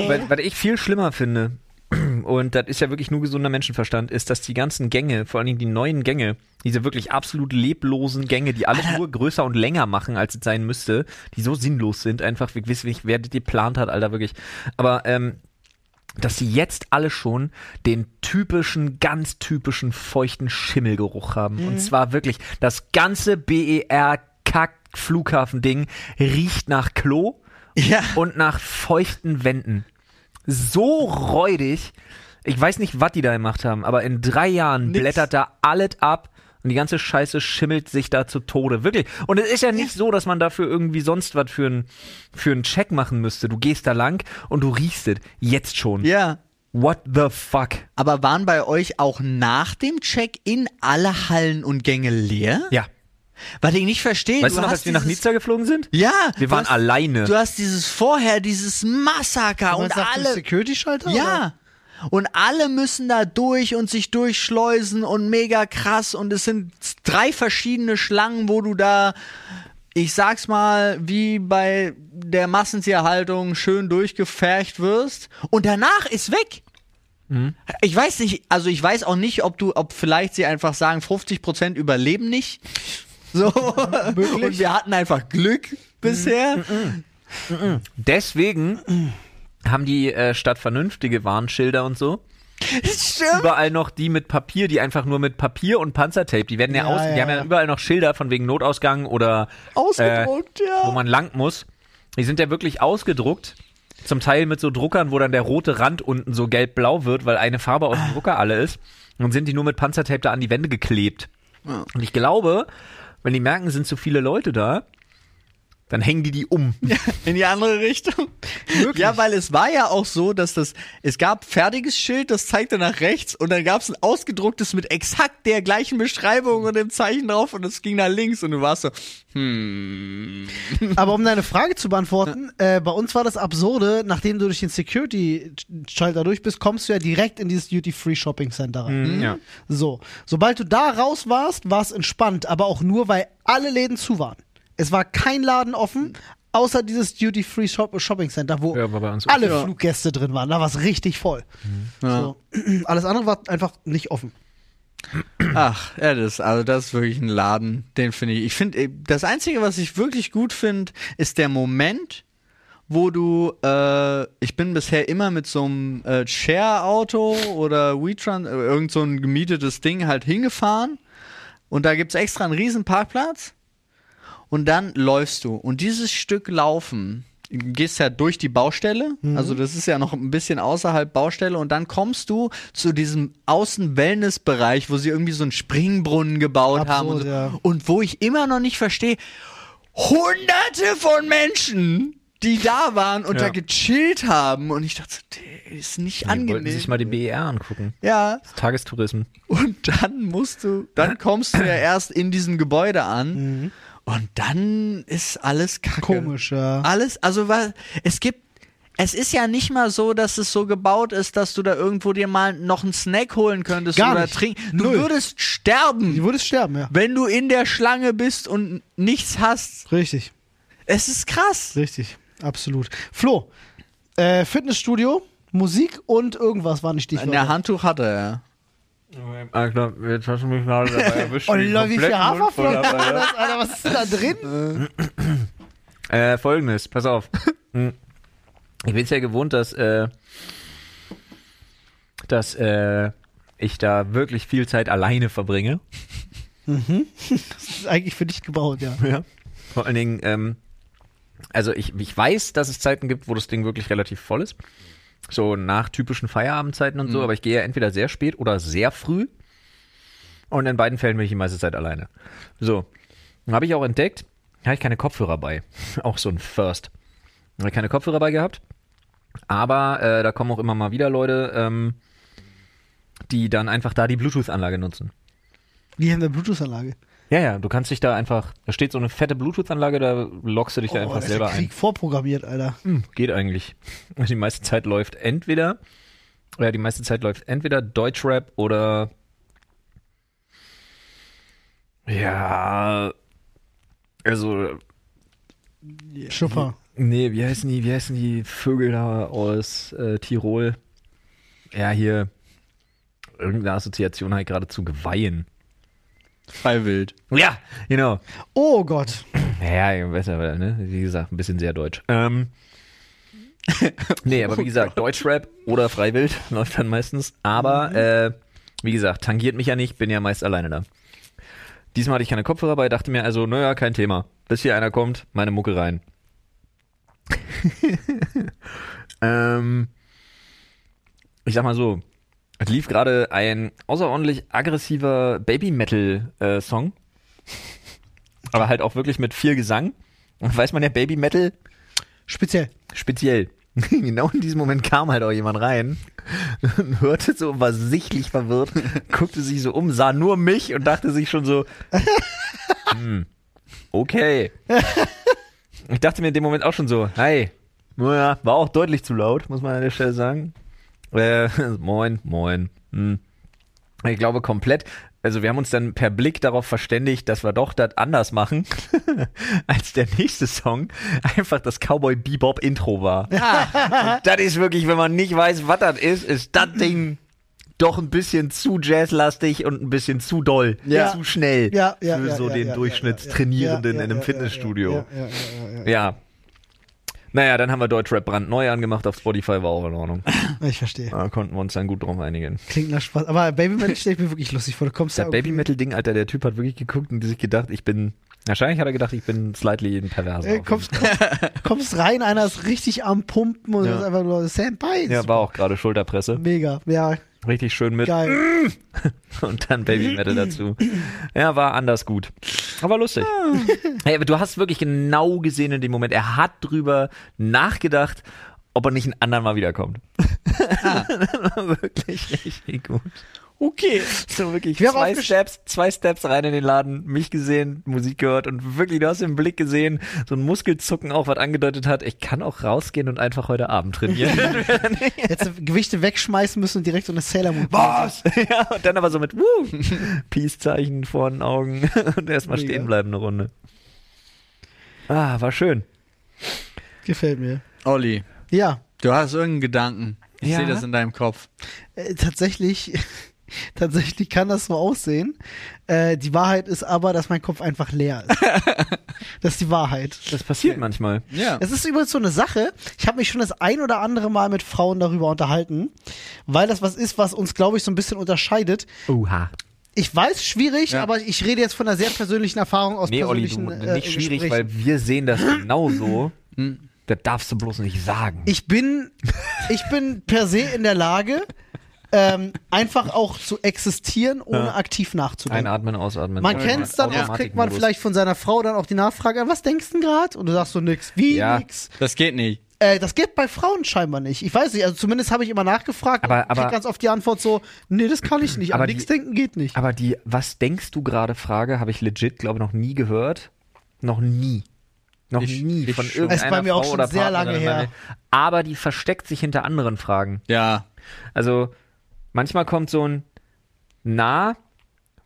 Was, was ich viel schlimmer finde, *clears throat* und das ist ja wirklich nur gesunder Menschenverstand, ist, dass die ganzen Gänge, vor allen Dingen die neuen Gänge, diese wirklich absolut leblosen Gänge, die alle nur größer und länger machen, als es sein müsste, die so sinnlos sind, einfach, ich weiß nicht, wer das geplant hat, Alter, wirklich. Aber, ähm, dass sie jetzt alle schon den typischen, ganz typischen feuchten Schimmelgeruch haben. Und zwar wirklich, das ganze BER-Kack-Flughafen-Ding riecht nach Klo Ja. und nach feuchten Wänden. So räudig. Ich weiß nicht, was die da gemacht haben, aber in drei Jahren Nix. blättert da alles ab und die ganze Scheiße schimmelt sich da zu Tode. Wirklich. Und es ist ja nicht so, dass man dafür irgendwie sonst was für einen für einen Check machen müsste. Du gehst da lang und du riechst es. Jetzt schon. ja. What the fuck? Aber waren bei euch auch nach dem Check-in alle Hallen und Gänge leer? Ja. Was ich nicht verstehe. Weißt du, noch, hast als wir nach dieses- Nizza geflogen sind? Ja. Wir du waren hast, alleine. Du hast dieses vorher, dieses Massaker und alle. Security-Schalter? Ja. Und alle müssen da durch und sich durchschleusen und mega krass. Und es sind drei verschiedene Schlangen, wo du da, ich sag's mal, wie bei der Massentierhaltung schön durchgefercht wirst. Und danach ist weg. Ich weiß nicht, also ich weiß auch nicht, ob du, ob vielleicht sie einfach sagen, 50% überleben nicht. So. Und wir hatten einfach Glück bisher. Deswegen haben die äh, Stadt vernünftige Warnschilder und so. Stimmt. Überall noch die mit Papier, die einfach nur mit Papier und Panzertape, die werden ja, Ja, aus, die ja, haben ja ja. überall noch Schilder von wegen Notausgang oder Ausgedruckt, äh, ja. wo man lang muss. Die sind ja wirklich ausgedruckt. Zum Teil mit so Druckern, wo dann der rote Rand unten so gelb-blau wird, weil eine Farbe aus dem Drucker alle ist. Und sind die nur mit Panzertape da an die Wände geklebt. Und ich glaube, wenn die merken, sind zu viele Leute da, dann hängen die die um. In die andere Richtung. Ja, weil es war ja auch so, dass das, es gab fertiges Schild, das zeigte nach rechts und dann gab es ein ausgedrucktes mit exakt der gleichen Beschreibung und dem Zeichen drauf und es ging nach links und du warst so, hm. Aber um deine Frage zu beantworten, äh, bei uns war das Absurde, nachdem du durch den Security-Schalter durch bist, kommst du ja direkt in dieses Duty-Free-Shopping-Center Mhm. rein. ja. So, sobald du da raus warst, war es entspannt, aber auch nur, weil alle Läden zu waren. Es war kein Laden offen, außer dieses Duty-Free-Shopping-Center, wo Ja, Mhm. war bei uns auch alle so. Fluggäste drin waren. Da war es richtig voll. So. *clears throat* Alles andere war einfach nicht offen. Ach, ja, das, also das ist wirklich ein Laden, den finde ich. Ich finde, äh, das Einzige, was ich wirklich gut finde, ist der Moment, wo du, äh, ich bin bisher immer mit so einem äh, Share-Auto oder WeTrans, äh, irgend so ein gemietetes Ding halt hingefahren und da gibt es extra einen riesen Parkplatz und dann läufst du und dieses Stück Laufen gehst ja durch die Baustelle, also das ist ja noch ein bisschen außerhalb Baustelle und dann kommst du zu diesem Außen-Wellness-Bereich, wo sie irgendwie so einen Springbrunnen gebaut Absurd, haben und, so. ja. und wo ich immer noch nicht verstehe, hunderte von Menschen, die da waren und da gechillt haben und ich dachte, so, "Der ist nicht Die wollten angenehm. sich mal den BER angucken. ja, Tagestourismus. und dann musst du, dann kommst du ja erst in diesem Gebäude an Mhm. und dann ist alles kacke. Komisch, ja. Alles, also weil es gibt, es ist ja nicht mal so, dass es so gebaut ist, dass du da irgendwo dir mal noch einen Snack holen könntest Gar oder nicht. trinken. Du Null. würdest sterben, Du würdest sterben, ja. wenn du in der Schlange bist und nichts hast. Richtig. Es ist krass. Richtig, absolut. Flo, äh, Fitnessstudio, Musik und irgendwas war nicht dich. Ein Handtuch hatte er. Ah, klar, jetzt hast du mich gerade dabei erwischt. Oh, Leute, wie viel Haferflocken Mund voll war dabei, das, Alter? Was ist denn da drin? Äh, folgendes, pass auf. Hm. ich bin es ja gewohnt, dass, äh, dass äh, ich da wirklich viel Zeit alleine verbringe. Das ist eigentlich für dich gebaut, *laughs* ja. Ja. Vor allen Dingen, ähm, also ich, ich weiß, dass es Zeiten gibt, wo das Ding wirklich relativ voll ist. So nach typischen Feierabendzeiten und so, aber ich gehe ja entweder sehr spät oder sehr früh. Und in beiden Fällen bin ich die meiste Zeit alleine. So. Habe ich auch entdeckt, habe ich keine Kopfhörer bei. *laughs* auch so ein First. Habe ich keine Kopfhörer bei gehabt. Aber äh, da kommen auch immer mal wieder Leute, ähm, die dann einfach da die Bluetooth-Anlage nutzen. Wie in der Bluetooth-Anlage. Ja, ja, du kannst dich da einfach, da steht so eine fette Bluetooth-Anlage, da lockst du dich da einfach Oh, ist selber ein. Krieg vorprogrammiert, Alter. Hm, geht eigentlich. *laughs* Die meiste Zeit läuft entweder, ja, die meiste Zeit läuft entweder Deutschrap oder ja, also Schupper. nee, wie heißen die, wie heißen die Vögel da aus äh, Tirol? Ja, hier irgendeine Assoziation halt gerade zu geweihen. Freiwild. Ja, genau. Oh Gott. Ja, ja, besser, weil, ne? Wie gesagt, ein bisschen sehr deutsch. Ähm, *laughs* nee, aber wie gesagt, Deutschrap oder Freiwild *laughs* läuft dann meistens. Aber, äh, wie gesagt, tangiert mich ja nicht, bin ja meist alleine da. Diesmal hatte ich keine Kopfhörer bei, dachte mir also, naja, kein Thema. Bis hier einer kommt, meine Mucke rein. ähm, ich sag mal so, es lief gerade ein außerordentlich aggressiver äh, Baby-Metal-Song aber halt auch wirklich mit viel Gesang. Und weiß man ja, Baby Metal Speziell. speziell. *laughs* Genau in diesem Moment kam halt auch jemand rein *laughs* und hörte so, war sichtlich verwirrt, guckte sich so um, sah nur mich und dachte sich schon so, hm, okay. Ich dachte mir in dem Moment auch schon so, hi, naja, war auch deutlich zu laut, muss man an der Stelle *laughs* sagen. Äh, moin, moin. Hm. Ich glaube komplett, also wir haben uns dann per Blick darauf verständigt, dass wir doch das anders machen, *laughs* als der nächste Song einfach das Cowboy Bebop Intro war. Und das ist wirklich, wenn man nicht weiß, was das ist, ist das Ding doch ein bisschen zu jazzlastig und ein bisschen zu doll, Ja. zu schnell Ja, ja, für ja, so ja, den ja, Durchschnittstrainierenden ja, ja, in einem ja, ja, Fitnessstudio. Ja, ja, ja, ja, ja. Ja. Naja, dann haben wir Deutschrap brandneu angemacht, auf Spotify war auch in *laughs* Ordnung. Ich verstehe. Da konnten wir uns dann gut drauf einigen. Klingt nach Spaß. Aber Baby Metal stelle ich mir wirklich lustig vor. Du kommst Das da Baby Metal Ding, Alter, der Typ hat wirklich geguckt und sich gedacht, ich bin. Wahrscheinlich hat er gedacht, ich bin slightly ein Perverser. Äh, auf kommst, kommst, kommst rein, einer ist richtig am Pumpen und Ja. ist einfach nur Senpai. jeden Fall. ja, war auch gerade Schulterpresse. Mega, ja, Richtig schön mit. geil. *laughs* Und dann Baby Metal dazu. Ja, war anders gut. Aber lustig. Hey, aber du hast wirklich genau gesehen in dem Moment, er hat drüber nachgedacht, ob er nicht einen anderen mal wiederkommt. das war *laughs* wirklich richtig gut. Okay. So wirklich wäre zwei aufgesch- Steps, zwei Steps rein in den Laden, mich gesehen, Musik gehört und wirklich, du hast im Blick gesehen, so ein Muskelzucken auch, was angedeutet hat, ich kann auch rausgehen und einfach heute Abend trainieren. Jetzt Gewichte wegschmeißen müssen und direkt so eine Sailor Moon. Was? ja, und dann aber so mit Woo! *laughs* Peace-Zeichen vor den Augen *laughs* und erstmal Mega. stehen bleiben eine Runde. Ah, war schön. Gefällt mir. Olli, Ja, du hast irgendeinen Gedanken. Ich Ja. sehe das in deinem Kopf. äh, tatsächlich, *laughs* tatsächlich kann das so aussehen. Äh, die Wahrheit ist aber, dass mein Kopf einfach leer *laughs* ist. das ist die Wahrheit. Das passiert manchmal. Ja. Es ist übrigens so eine Sache. Ich habe mich schon das ein oder andere Mal mit Frauen darüber unterhalten, weil das was ist, was uns, glaube ich, so ein bisschen unterscheidet. Oha. Ich weiß, schwierig, Ja. aber ich rede jetzt von einer sehr persönlichen Erfahrung aus Nee, Olli, du, persönlichen äh, nicht schwierig, Gesprächen. weil wir sehen das *laughs* genauso. Hm. das darfst du bloß nicht sagen. ich bin, ich bin per se in der Lage, ähm, einfach auch zu existieren, ohne aktiv nachzudenken. Einatmen, ausatmen. Man kennt es dann, das kriegt man Automatikmodus. vielleicht von seiner Frau dann auch die Nachfrage, "Ah, was denkst du gerade? Und du sagst so nix, wie Ja. nix. Das geht nicht. Äh, das geht bei Frauen scheinbar nicht. Ich weiß nicht, also zumindest habe ich immer nachgefragt Aber- und krieg aber- ganz oft die Antwort so, nee, das kann ich nicht, Aber an nichts die- denken geht nicht. Aber die Was denkst du gerade Frage habe ich legit, glaube ich, noch nie gehört. Noch nie. Noch Ich- nie ich von schon. irgendeiner Ist bei mir auch Frau schon oder sehr Partnerin lange her. oder- Aber die versteckt sich hinter anderen Fragen. Ja. Also manchmal kommt so ein Na,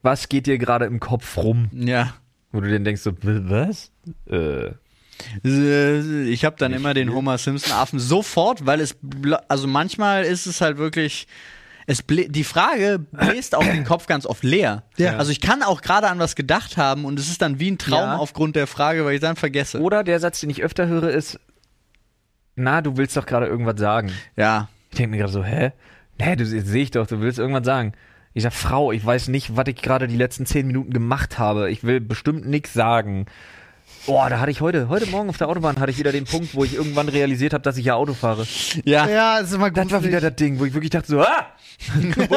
was geht dir gerade im Kopf rum? Ja. Wo du dann denkst so, "W- was? Äh, Ich habe dann immer den Homer Simpson Affen sofort, weil es bl- also manchmal ist es halt wirklich es blä- die Frage bläst auch den Kopf ganz oft leer. Ja. Also ich kann auch gerade an was gedacht haben und es ist dann wie ein Traum Ja. aufgrund der Frage, weil ich dann vergesse. oder der Satz, den ich öfter höre, ist Na, du willst doch gerade irgendwas sagen. Ja. Ich denke mir gerade so, hä? Hä, du sehe ich doch, du willst irgendwann sagen. Ich sag, Frau, ich weiß nicht, was ich gerade die letzten zehn Minuten gemacht habe. Ich will bestimmt nichts sagen. Boah, da hatte ich heute, heute Morgen auf der Autobahn hatte ich wieder den Punkt, wo ich irgendwann realisiert habe, dass ich ja Auto fahre. Ja. ja, das ist immer gut. Das war wieder das Ding, wo ich wirklich dachte so, *laughs* ah! Wo bin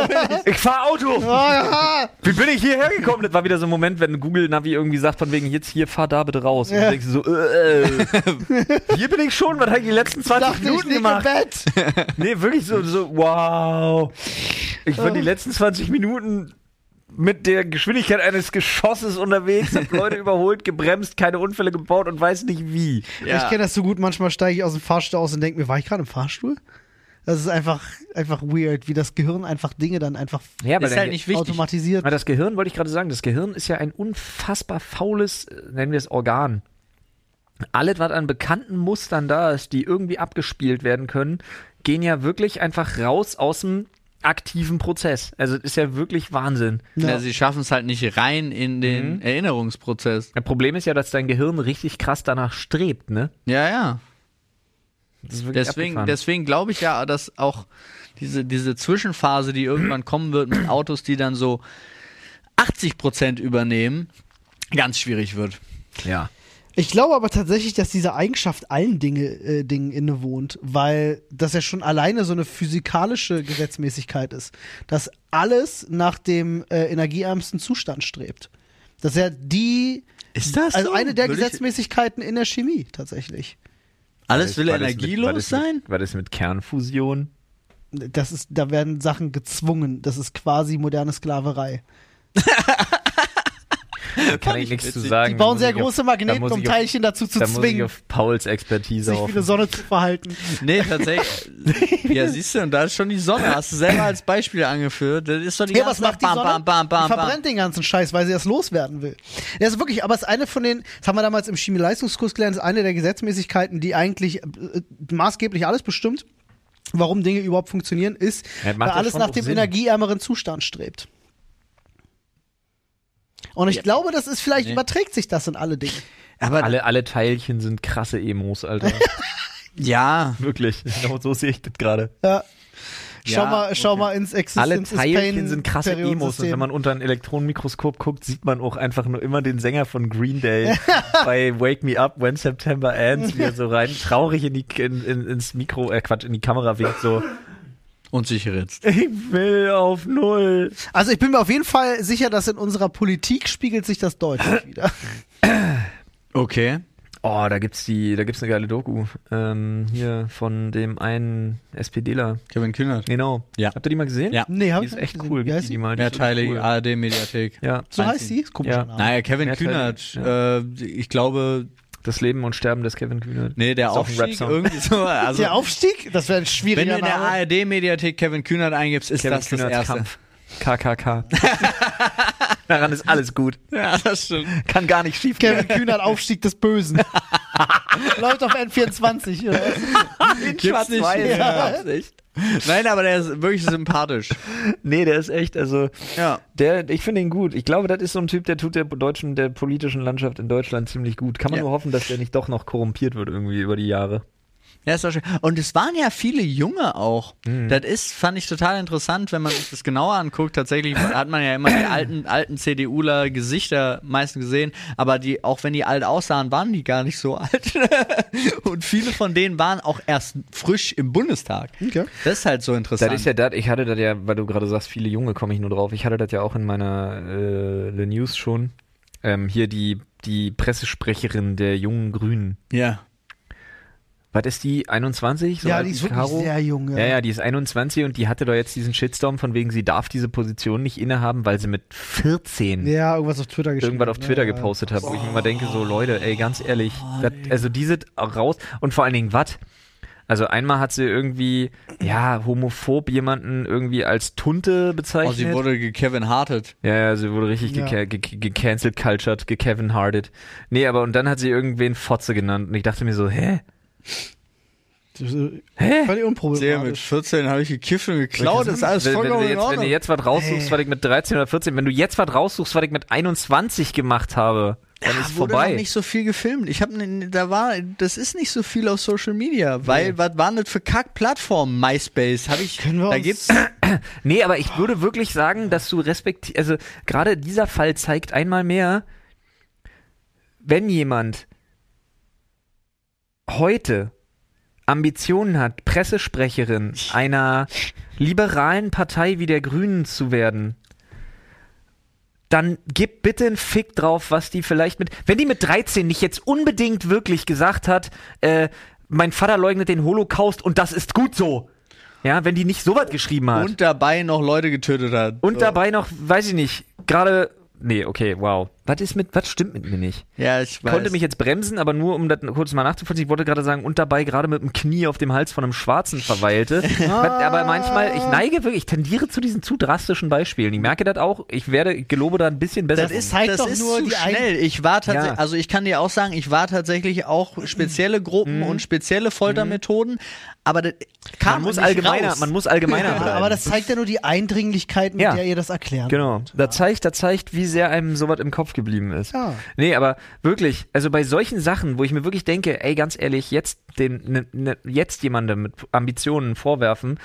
ich? Ich fahre Auto! Ah, Wie bin ich hierher gekommen? Das war wieder so ein Moment, wenn Google Navi irgendwie sagt, von wegen jetzt hier, fahr da bitte raus. Und Ja. du denkst so, äh, *laughs* äh, hier bin ich schon, *laughs* was habe ich die letzten 20 Dachte ich Minuten nicht im gemacht? Bett. Nee, wirklich so, so wow. Ich Äh. war die letzten 20 Minuten mit der Geschwindigkeit eines Geschosses unterwegs, hab Leute *laughs* überholt, gebremst, keine Unfälle gebaut und weiß nicht wie. Ja. Ich kenne das so gut, manchmal steige ich aus dem Fahrstuhl aus und denke mir, war ich gerade im Fahrstuhl? Das ist einfach, einfach weird, wie das Gehirn einfach Dinge dann einfach Ja, ist halt nicht wichtig. automatisiert. aber das Gehirn, wollte ich gerade sagen, das Gehirn ist ja ein unfassbar faules, äh, nennen wir es Organ. Alles, was an bekannten Mustern da ist, die irgendwie abgespielt werden können, gehen ja wirklich einfach raus aus dem aktiven Prozess. Also es ist ja wirklich Wahnsinn. Na, sie schaffen es halt nicht rein in den Erinnerungsprozess. Das Problem ist ja, dass dein Gehirn richtig krass danach strebt, ne? Ja, ja. Das ist wirklich Deswegen, abgefahren. deswegen glaube ich ja, dass auch diese, diese Zwischenphase, die irgendwann kommen wird mit Autos, die dann so 80% übernehmen, ganz schwierig wird. ja. Ich glaube aber tatsächlich, dass diese Eigenschaft allen Dinge, äh, Dingen innewohnt, weil das ja schon alleine so eine physikalische Gesetzmäßigkeit ist, dass alles nach dem äh, energieärmsten Zustand strebt. Das ist ja die, Ist das also so? eine der Würde ich- Gesetzmäßigkeiten in der Chemie tatsächlich. Alles will War das mit- war energielos das mit- sein? War das mit *laughs* Kernfusion? Das ist, da werden Sachen gezwungen. Das ist quasi moderne Sklaverei. kann ich nichts zu sagen. Die bauen Da sehr muss ich große auf- da Magneten, muss um ich auf- Teilchen dazu zu Da muss ich zwingen, auf Pauls Expertise sich auf. wie eine Sonne zu verhalten. Nee, *laughs* tatsächlich. ja, siehst du, und da ist schon die Sonne. Hast du selber als Beispiel angeführt. Das ist doch die Ja, was ganze macht die Zeit Sonne? bam, bam, bam, die bam, verbrennt den ganzen Scheiß, weil sie das loswerden will. Das ist wirklich, aber es ist eine von den, das haben wir damals im Chemieleistungskurs gelernt, ist eine der Gesetzmäßigkeiten, die eigentlich äh, äh, maßgeblich alles bestimmt, warum Dinge überhaupt funktionieren, ist, Ja, weil macht ja alles schon nach auch dem Sinn. energieärmeren Zustand strebt. Und ich glaube, das ist vielleicht überträgt sich das in alle Dinge. Aber Alle, alle Teilchen sind krasse Emos, *laughs* Alter. ja, Wirklich. Genau so sehe ich das gerade. Ja. Äh, Schau Ja, mal, schau okay. mal ins Existence Alle is Teilchen Pain sind krasse Emos. Und Periodensystem. wenn man unter ein Elektronenmikroskop guckt, sieht man auch einfach nur immer den Sänger von Green *laughs* Day bei Wake Me Up When September Ends, wie er so rein traurig in die, in, in, ins Mikro, äh Quatsch, in die Kamera winkt, so, und sich ritzt. ich will auf Null. Also ich bin mir auf jeden Fall sicher, dass in unserer Politik spiegelt sich das *laughs* deutlich wieder. Okay. Oh, da gibt's die, da gibt's eine geile Doku. Ähm, hier von dem einen SPDler. Kevin Kühnert. Genau. Ja. Habt ihr die mal gesehen? Ja. Nee, hab Die ich ist nicht echt gesehen. cool. Wie Gib heißt die die? mal. Die ist Mehrteilige cool. ARD-Mediathek. Ja. So Weiß heißt ich. die? Komischer Ja. Name. Naja, Kevin Mehrteilig, Kühnert, äh, ich glaube, Das Leben und Sterben des Kevin Kühnert. nee, der Ist auch ein Aufstieg Rap-Song. irgendwie *laughs* so. Also, der Aufstieg? Das wäre ein wenn du schwieriger in der Name. ARD-Mediathek Kevin Kühnert eingibst, ist Kevin das Kühnert das Erste. Kampf. KKK. *laughs* Daran ist alles gut. *laughs* Ja, das stimmt. Kann gar nicht schief gehen. Kevin Kühnert, Aufstieg des *laughs* Bösen. Läuft auf N24. Oder? was? Gibt's nicht. Ja. Nein, aber der ist wirklich sympathisch. Nee, der ist echt, also, Ja. der, ich finde ihn gut. Ich glaube, das ist so ein Typ, der tut der deutschen, der politischen Landschaft in Deutschland ziemlich gut. Kann man Ja. nur hoffen, dass der nicht doch noch korrumpiert wird irgendwie über die Jahre. Ja, ist doch schön. Und es waren ja viele Junge auch. Mhm. Das ist, fand ich total interessant, wenn man sich das genauer anguckt. Tatsächlich hat man ja immer die alten, alten CDUler Gesichter meistens gesehen, aber die, auch wenn die alt aussahen, waren die gar nicht so alt. *laughs* Und viele von denen waren auch erst frisch im Bundestag. Okay. Das ist halt so interessant. Das ist ja das, ich hatte das ja, weil du gerade sagst, viele Junge komme ich nur drauf. Ich hatte das ja auch in meiner äh, Le News schon. Ähm, hier die, die Pressesprecherin der jungen Grünen. ja. Was ist die? 21? So Ja, alt die ist wie wirklich Caro? sehr jung. Ja, ja, die ist 21 und die hatte doch jetzt diesen Shitstorm von wegen, sie darf diese Position nicht innehaben, weil sie mit 14 Ja, irgendwas auf Twitter geschrieben. irgendwas auf ne? Twitter Ja. gepostet hat, wo ich mir Oh. immer denke, so Leute, ey, ganz ehrlich, dat, also die sind raus und vor allen Dingen, was? Also einmal hat sie irgendwie, ja, homophob jemanden irgendwie als Tunte Oh, bezeichnet. sie wurde gekevin hartet. Ja, ja, sie wurde richtig Ja. geca- ge- ge- gecancelt, cultured, gekevin hardet. Nee, aber und dann hat sie irgendwen Fotze genannt und ich dachte mir so, hä? Das ist äh, Hä? Völlig Sehr, mit unproblematisch. 14 habe ich gekifft und geklaut. Das ist alles wenn, wenn, du vollkommen in jetzt, wenn du Ordnung. Äh. jetzt was raussuchst, was ich mit 13 oder 14, wenn du jetzt was raussuchst, was ich mit 21 gemacht habe, dann ist Da wurde noch vorbei. nicht so viel gefilmt. Ich habe ne, da war das ist nicht so viel auf Social Media, weil was waren das für Kack-Plattformen? MySpace habe ich. Können wir da *laughs* uns- gibt's Nee, aber ich würde wirklich sagen, dass du respektierst, also gerade dieser Fall zeigt einmal mehr, wenn jemand heute Ambitionen hat, Pressesprecherin einer liberalen Partei wie der Grünen zu werden, dann gib bitte einen Fick drauf, was die vielleicht mit. Wenn die mit 13 nicht jetzt unbedingt wirklich gesagt hat, äh, mein Vater leugnet den Holocaust und das ist gut so. Ja, wenn die nicht sowas geschrieben hat. und dabei noch Leute getötet hat. Und so. dabei noch, weiß ich nicht, gerade. Nee, okay, wow. Was ist mit, was stimmt mit mir nicht? Ja, ich Ich weiß. konnte mich jetzt bremsen, aber nur um das kurz mal nachzuvollziehen, ich wollte gerade sagen, und dabei gerade mit dem Knie auf dem Hals von einem Schwarzen verweilte. *laughs* Was- aber manchmal, ich neige wirklich, ich tendiere zu diesen zu drastischen Beispielen. Ich merke das auch, ich werde, ich gelobe da ein bisschen besser. das von. ist, Zeig das doch ist nur zu die ein- schnell. Ich war tatsächlich, Ja. also ich kann dir auch sagen, ich war *clears throat* tatsächlich auch spezielle Gruppen und spezielle Foltermethoden, aber das Mhm. kam man muss nicht allgemeiner, raus. man muss *laughs* allgemeiner Ja, bleiben. *laughs* aber das zeigt ja nur die Eindringlichkeit, mit Ja. der ihr das erklärt. Genau. Da zeigt, da zeigt, wie sehr einem sowas im Kopf geblieben ist. Ja. Nee, aber wirklich, also bei solchen Sachen, wo ich mir wirklich denke, ey, ganz ehrlich, jetzt den, ne, ne, jetzt jemandem mit Ambitionen vorwerfen,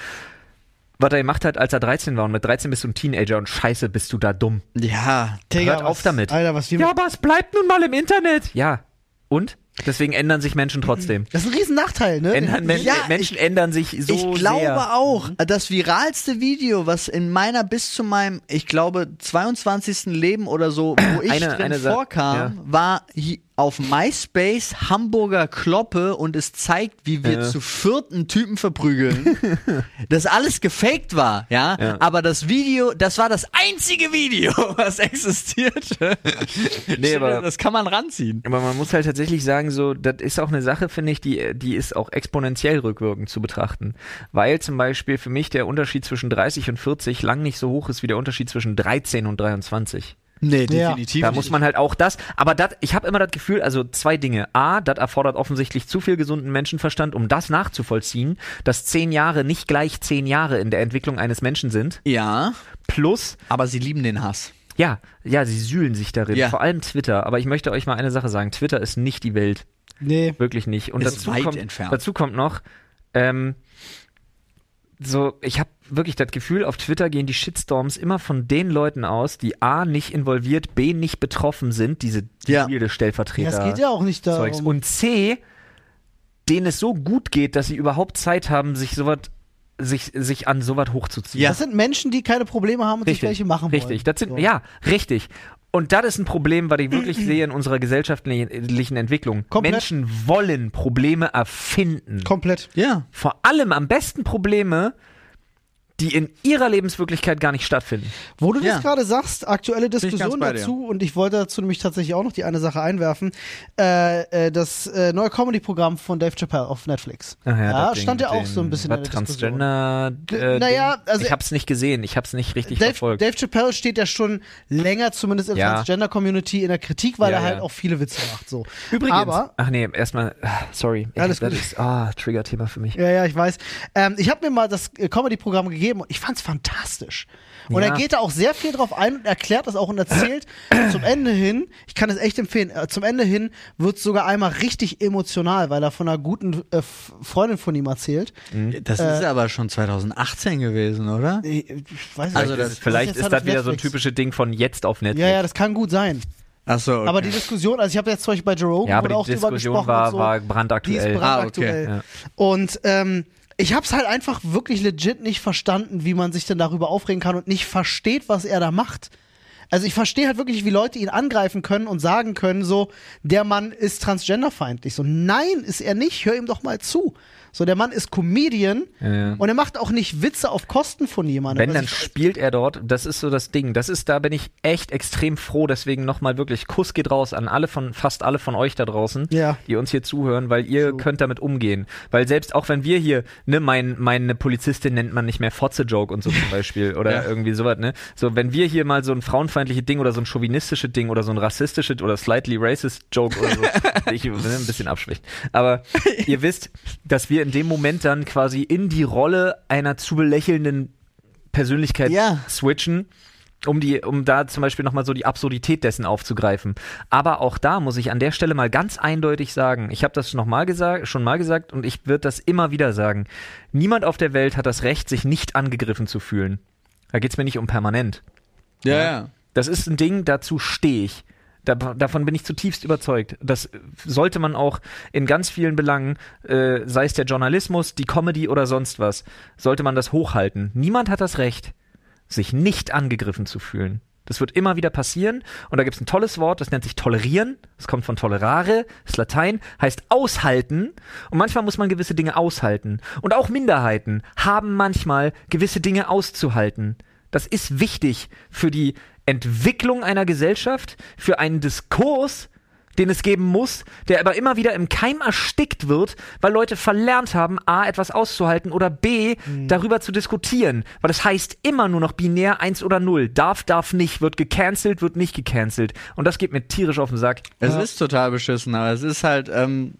was er gemacht hat, als er 13 war und mit 13 bist du ein Teenager und scheiße, bist du da dumm. ja, Digga, Hört auf was- damit. Alter, was wir Ja, aber es bleibt nun mal im Internet. Ja. Und? Deswegen ändern sich Menschen trotzdem. Das ist ein riesen Nachteil, ne? Ändern, Men Ja, Menschen ändern sich so ich glaube sehr. Mhm. auch, das viralste Video, was in meiner bis zu meinem, ich glaube, 22. Leben oder so, wo ich Eine- drin eine Sa- vorkam, ja. war hi- auf MySpace Hamburger Kloppe und es zeigt, wie wir zu vierten *laughs* Typen verprügeln. das alles gefaked war, ja? Aber das Video, das war das einzige Video, *laughs* was existierte. *laughs* Nee, aber- das kann man ranziehen. Aber man muss halt tatsächlich sagen, so, das ist auch eine Sache, finde ich, die, die ist auch exponentiell rückwirkend zu betrachten. Weil zum Beispiel für mich der Unterschied zwischen 30 und 40 lang nicht so hoch ist wie der Unterschied zwischen 13 und 23. Nee, Ja. definitiv. Da nicht. muss man halt auch das, aber das, ich habe immer das Gefühl, also zwei Dinge. A, das erfordert offensichtlich zu viel gesunden Menschenverstand, um das nachzuvollziehen, dass zehn Jahre nicht gleich zehn Jahre in der Entwicklung eines Menschen sind. ja, Plus, aber sie lieben den Hass. ja, ja, sie sühlen sich darin. Ja. Vor allem Twitter. Aber ich möchte euch mal eine Sache sagen. Twitter ist nicht die Welt. Nee. Wirklich nicht. Und Ist dazu, weit kommt, entfernt. dazu kommt noch, ähm, so, ich habe wirklich das Gefühl, auf Twitter gehen die Shitstorms immer von den Leuten aus, die A, nicht involviert, B, nicht betroffen sind, diese Ja. wilde Stellvertreter. Ja, es geht ja auch nicht darum. Zeugs. Und C, denen es so gut geht, dass sie überhaupt Zeit haben, sich sowas, sich, sich an sowas hochzuziehen. Ja. Das sind Menschen, die keine Probleme haben und sich welche machen wollen. Richtig, das sind, So. ja, richtig. Und das ist ein Problem, was ich *clears throat* wirklich sehe in unserer gesellschaftlichen Entwicklung. Komplett. Menschen wollen Probleme erfinden. Komplett. Ja. Vor allem am besten Probleme, die in ihrer Lebenswirklichkeit gar nicht stattfinden. Wo du Ja. das gerade sagst, aktuelle ich ganz Diskussion bei dir. dazu und ich wollte dazu nämlich tatsächlich auch noch die eine Sache einwerfen. Äh, äh, das äh, neue Comedy-Programm von Dave Chappelle auf Netflix. Ah, ja stand ja auch so ein bisschen was in der Diskussion. Transgender. Äh, Naja, Ding. also- ich hab's nicht gesehen, ich hab's nicht richtig Dave, verfolgt. Dave Chappelle steht ja schon länger zumindest in der Ja. Transgender-Community in der Kritik, weil Ja, er halt ja. auch viele Witze macht. So. Übrigens, Aber, ach nee, erstmal, ah, sorry, ich, Alles das gut. ist ah, Trigger-Thema für mich. Ja, ja, ich weiß. Ähm, ich habe mir mal das äh, Comedy-Programm gegeben und ich fand's fantastisch. Und Ja. er geht da auch sehr viel drauf ein und erklärt das auch und *clears throat* erzählt zum Ende hin, ich kann es echt empfehlen, äh, zum Ende hin wird's sogar einmal richtig emotional, weil er von einer guten äh, F- Freundin von ihm erzählt. Mhm. Hm? Das Äh. ist aber schon 2018 gewesen, oder? Äh, Ich weiß nicht, Also das- das- das Vielleicht jetzt ist halt das auf wieder so ein Netflix. typisches Ding von jetzt auf Netflix. Ja, ja, das kann gut sein. Achso. Okay. Aber die Diskussion, also ich habe jetzt zum Beispiel bei Joe Rogan Ja, aber wurde die auch drüber Diskussion gesprochen. war, und so. war Die ist brandaktuell. brandaktuell. Ah, okay. Ja. Und ähm, ich habe es halt einfach wirklich legit nicht verstanden, wie man sich denn darüber aufregen kann und nicht versteht, was er da macht. Also ich verstehe halt wirklich, wie Leute ihn angreifen können und sagen können, so, der Mann ist transgenderfeindlich. So, nein, ist er nicht, hör ihm doch mal zu. So, der Mann ist Comedian ja. und er macht auch nicht Witze auf Kosten von jemandem. Wenn, Also dann ich- spielt er dort. Das ist so das Ding. Das ist, da bin ich echt extrem froh. Deswegen nochmal wirklich Kuss geht raus an alle von, fast alle von euch da draußen, Ja. die uns hier zuhören, weil ihr könnt damit umgehen. Weil selbst auch wenn wir hier, ne, mein, meine Polizistin nennt man nicht mehr Fotze-Joke und so zum *laughs* Beispiel oder irgendwie sowas, ne. So, wenn wir hier mal so ein frauenfeindliches Ding oder so ein chauvinistisches Ding oder so ein rassistisches oder slightly racist Joke *laughs* oder so, ich will ein bisschen abschwächen. Aber ihr wisst, dass wir in dem Moment dann quasi in die Rolle einer zu belächelnden Persönlichkeit Ja. switchen, um die, um da zum Beispiel nochmal so die Absurdität dessen aufzugreifen. Aber auch da muss ich an der Stelle mal ganz eindeutig sagen, ich habe das noch mal gesagt, schon mal gesagt und ich würde das immer wieder sagen. Niemand auf der Welt hat das Recht, sich nicht angegriffen zu fühlen. Da geht's mir nicht um permanent. ja, ja. Das ist ein Ding, dazu stehe ich. Da, davon bin ich zutiefst überzeugt. Das sollte man auch in ganz vielen Belangen, äh, sei es der Journalismus, die Comedy oder sonst was, sollte man das hochhalten. Niemand hat das Recht, sich nicht angegriffen zu fühlen. Das wird immer wieder passieren. Und da gibt es ein tolles Wort, das nennt sich tolerieren. Das kommt von tolerare, ist Latein, heißt aushalten. Und manchmal muss man gewisse Dinge aushalten. Und auch Minderheiten haben manchmal gewisse Dinge auszuhalten. Das ist wichtig für die Entwicklung einer Gesellschaft, für einen Diskurs, den es geben muss, der aber immer wieder im Keim erstickt wird, weil Leute verlernt haben, a, etwas auszuhalten oder b, darüber zu diskutieren. Weil das heißt immer nur noch binär 1 oder 0. Darf, darf nicht, wird gecancelt, wird nicht gecancelt. Und das geht mir tierisch auf den Sack. Es ist total beschissen, aber es ist halt ähm,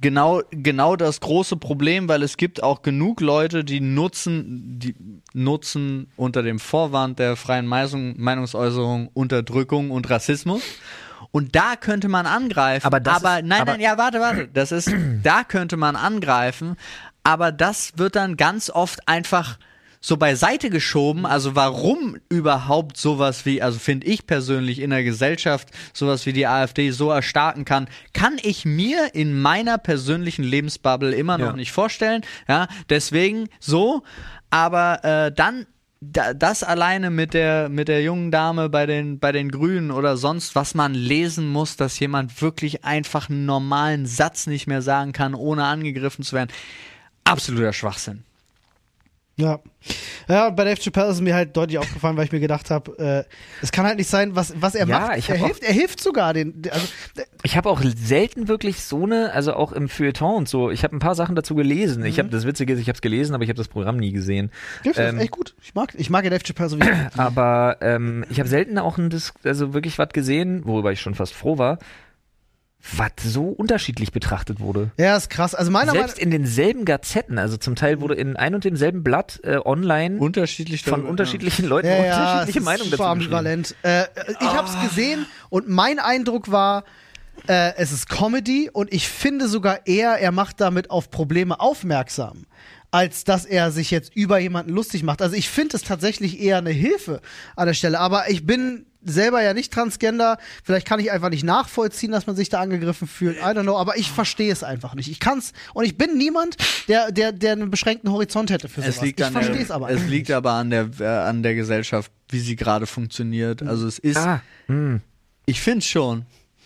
genau, genau das große Problem, weil es gibt auch genug Leute, die nutzen, die nutzen unter dem Vorwand der freien Meinung, Meinungsäußerung Unterdrückung und Rassismus. Und da könnte man angreifen. Aber das ist- nein, aber- nein, ja, warte, warte. *clears throat* Das ist, da könnte man angreifen, aber das wird dann ganz oft einfach so beiseite geschoben. Also warum überhaupt sowas wie, also finde ich persönlich in der Gesellschaft sowas wie die AfD so erstarken kann, kann ich mir in meiner persönlichen Lebensbubble immer noch Ja. nicht vorstellen. Ja, deswegen so. Aber äh, dann da, das alleine mit der, mit der jungen Dame bei den, bei den Grünen oder sonst, was man lesen muss, dass jemand wirklich einfach einen normalen Satz nicht mehr sagen kann, ohne angegriffen zu werden, absoluter Schwachsinn. Ja. Ja, und bei Dave Chappelle ist es mir halt deutlich aufgefallen, weil ich mir gedacht habe, äh, es kann halt nicht sein, was, was er Ja, macht. ich hab er, auch- hilft, er hilft sogar den. den- Also, Ich habe auch selten wirklich so eine, also auch im Feuilleton und so. Ich habe ein paar Sachen dazu gelesen. Ich habe das Witzige ist, ich habe es gelesen, aber ich habe das Programm nie gesehen. Dave Chappelle Ähm, ist echt gut. Ich mag, ich mag ja Dave Chappelle sowieso. Aber ähm, ich habe selten auch ein Dis also wirklich was gesehen, worüber ich schon fast froh war, was so unterschiedlich betrachtet wurde. *clears throat* ja, ist krass. Also meiner Meinung Selbst in denselben Gazetten, also zum Teil wurde in ein und demselben Blatt äh, online Unterschiedlich von darüber- unterschiedlichen Leuten ja, ja, unterschiedliche es ist Meinungen super dazu geschrieben. ambivalent. Äh, ich habe Ah. es gesehen und mein Eindruck war, äh, es ist Comedy und ich finde sogar eher, er macht damit auf Probleme aufmerksam, als dass er sich jetzt über jemanden lustig macht. Also ich finde es tatsächlich eher eine Hilfe an der Stelle, aber ich bin selber ja nicht transgender, vielleicht kann ich einfach nicht nachvollziehen, dass man sich da angegriffen fühlt. I don't know, aber ich verstehe es einfach nicht. Ich kann's und ich bin niemand, der der der einen beschränkten Horizont hätte für sowas. Es liegt, Also ich an der, verstehe es aber. es einfach liegt aber an der, äh, an der Gesellschaft, wie sie gerade funktioniert. Also es ist, Ah, hm. ich finde schon.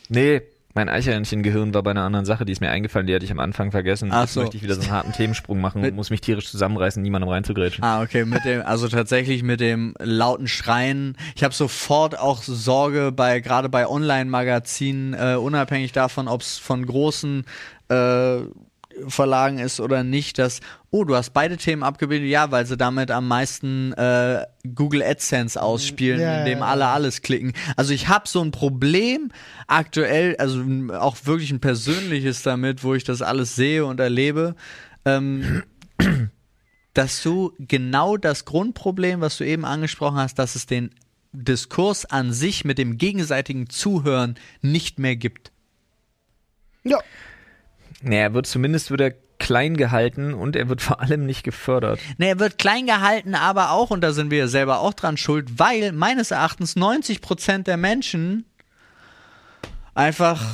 Nee, mein Eichhörnchengehirn war bei einer anderen Sache, die ist mir eingefallen, die hatte ich am Anfang vergessen. Ach Jetzt so. möchte ich wieder so einen harten Themensprung machen und muss mich tierisch zusammenreißen, niemandem reinzugrätschen. *laughs* Ah, okay, mit dem, also tatsächlich mit dem lauten Schreien. Ich habe sofort auch Sorge bei, gerade bei Online-Magazinen, äh, unabhängig davon, ob es von großen äh, Verlagen ist oder nicht, dass, oh, du hast beide Themen abgebildet, ja, weil sie damit am meisten äh, Google AdSense ausspielen, Mhm. Ja, indem ja, alle alles klicken. Also ich habe so ein Problem aktuell, also m- auch wirklich ein persönliches damit, wo ich das alles sehe und erlebe. Ähm, *clears throat* dass du genau das Grundproblem, was du eben angesprochen hast, dass es den Diskurs an sich mit dem gegenseitigen Zuhören nicht mehr gibt. Ja. Naja, er wird zumindest wird er klein gehalten und er wird vor allem nicht gefördert. Ne, er wird klein gehalten, aber auch, und da sind wir selber auch dran schuld, weil meines Erachtens 90% der Menschen einfach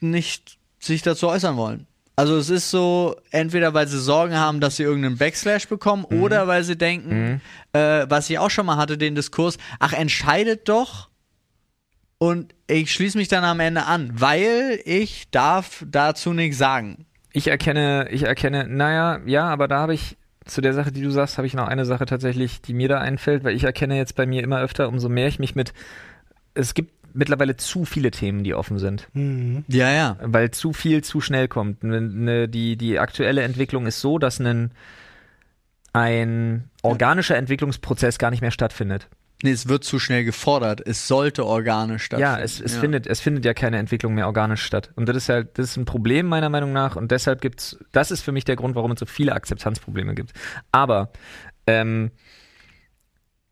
nicht sich dazu äußern wollen. Also es ist so, entweder weil sie Sorgen haben, dass sie irgendeinen Backslash bekommen, oder weil sie denken, äh, was ich auch schon mal hatte, den Diskurs, ach, entscheidet doch, und ich schließe mich dann am Ende an, weil ich darf dazu nichts sagen. Ich erkenne, ich erkenne, naja, ja, aber da habe ich zu der Sache, die du sagst, habe ich noch eine Sache tatsächlich, die mir da einfällt, weil ich erkenne jetzt bei mir immer öfter, umso mehr ich mich mit, es gibt mittlerweile zu viele Themen, die offen sind, Ja, ja. weil zu viel zu schnell kommt. Ne, ne, die, die aktuelle Entwicklung ist so, dass ein, ein organischer Entwicklungsprozess gar nicht mehr stattfindet. Nee, es wird zu schnell gefordert. Es sollte organisch stattfinden. Ja, es, es, Findet, es findet ja keine Entwicklung mehr organisch statt. Und das ist halt, das ist ein Problem meiner Meinung nach. Und deshalb gibt's, das ist für mich der Grund, warum es so viele Akzeptanzprobleme gibt. Aber ähm,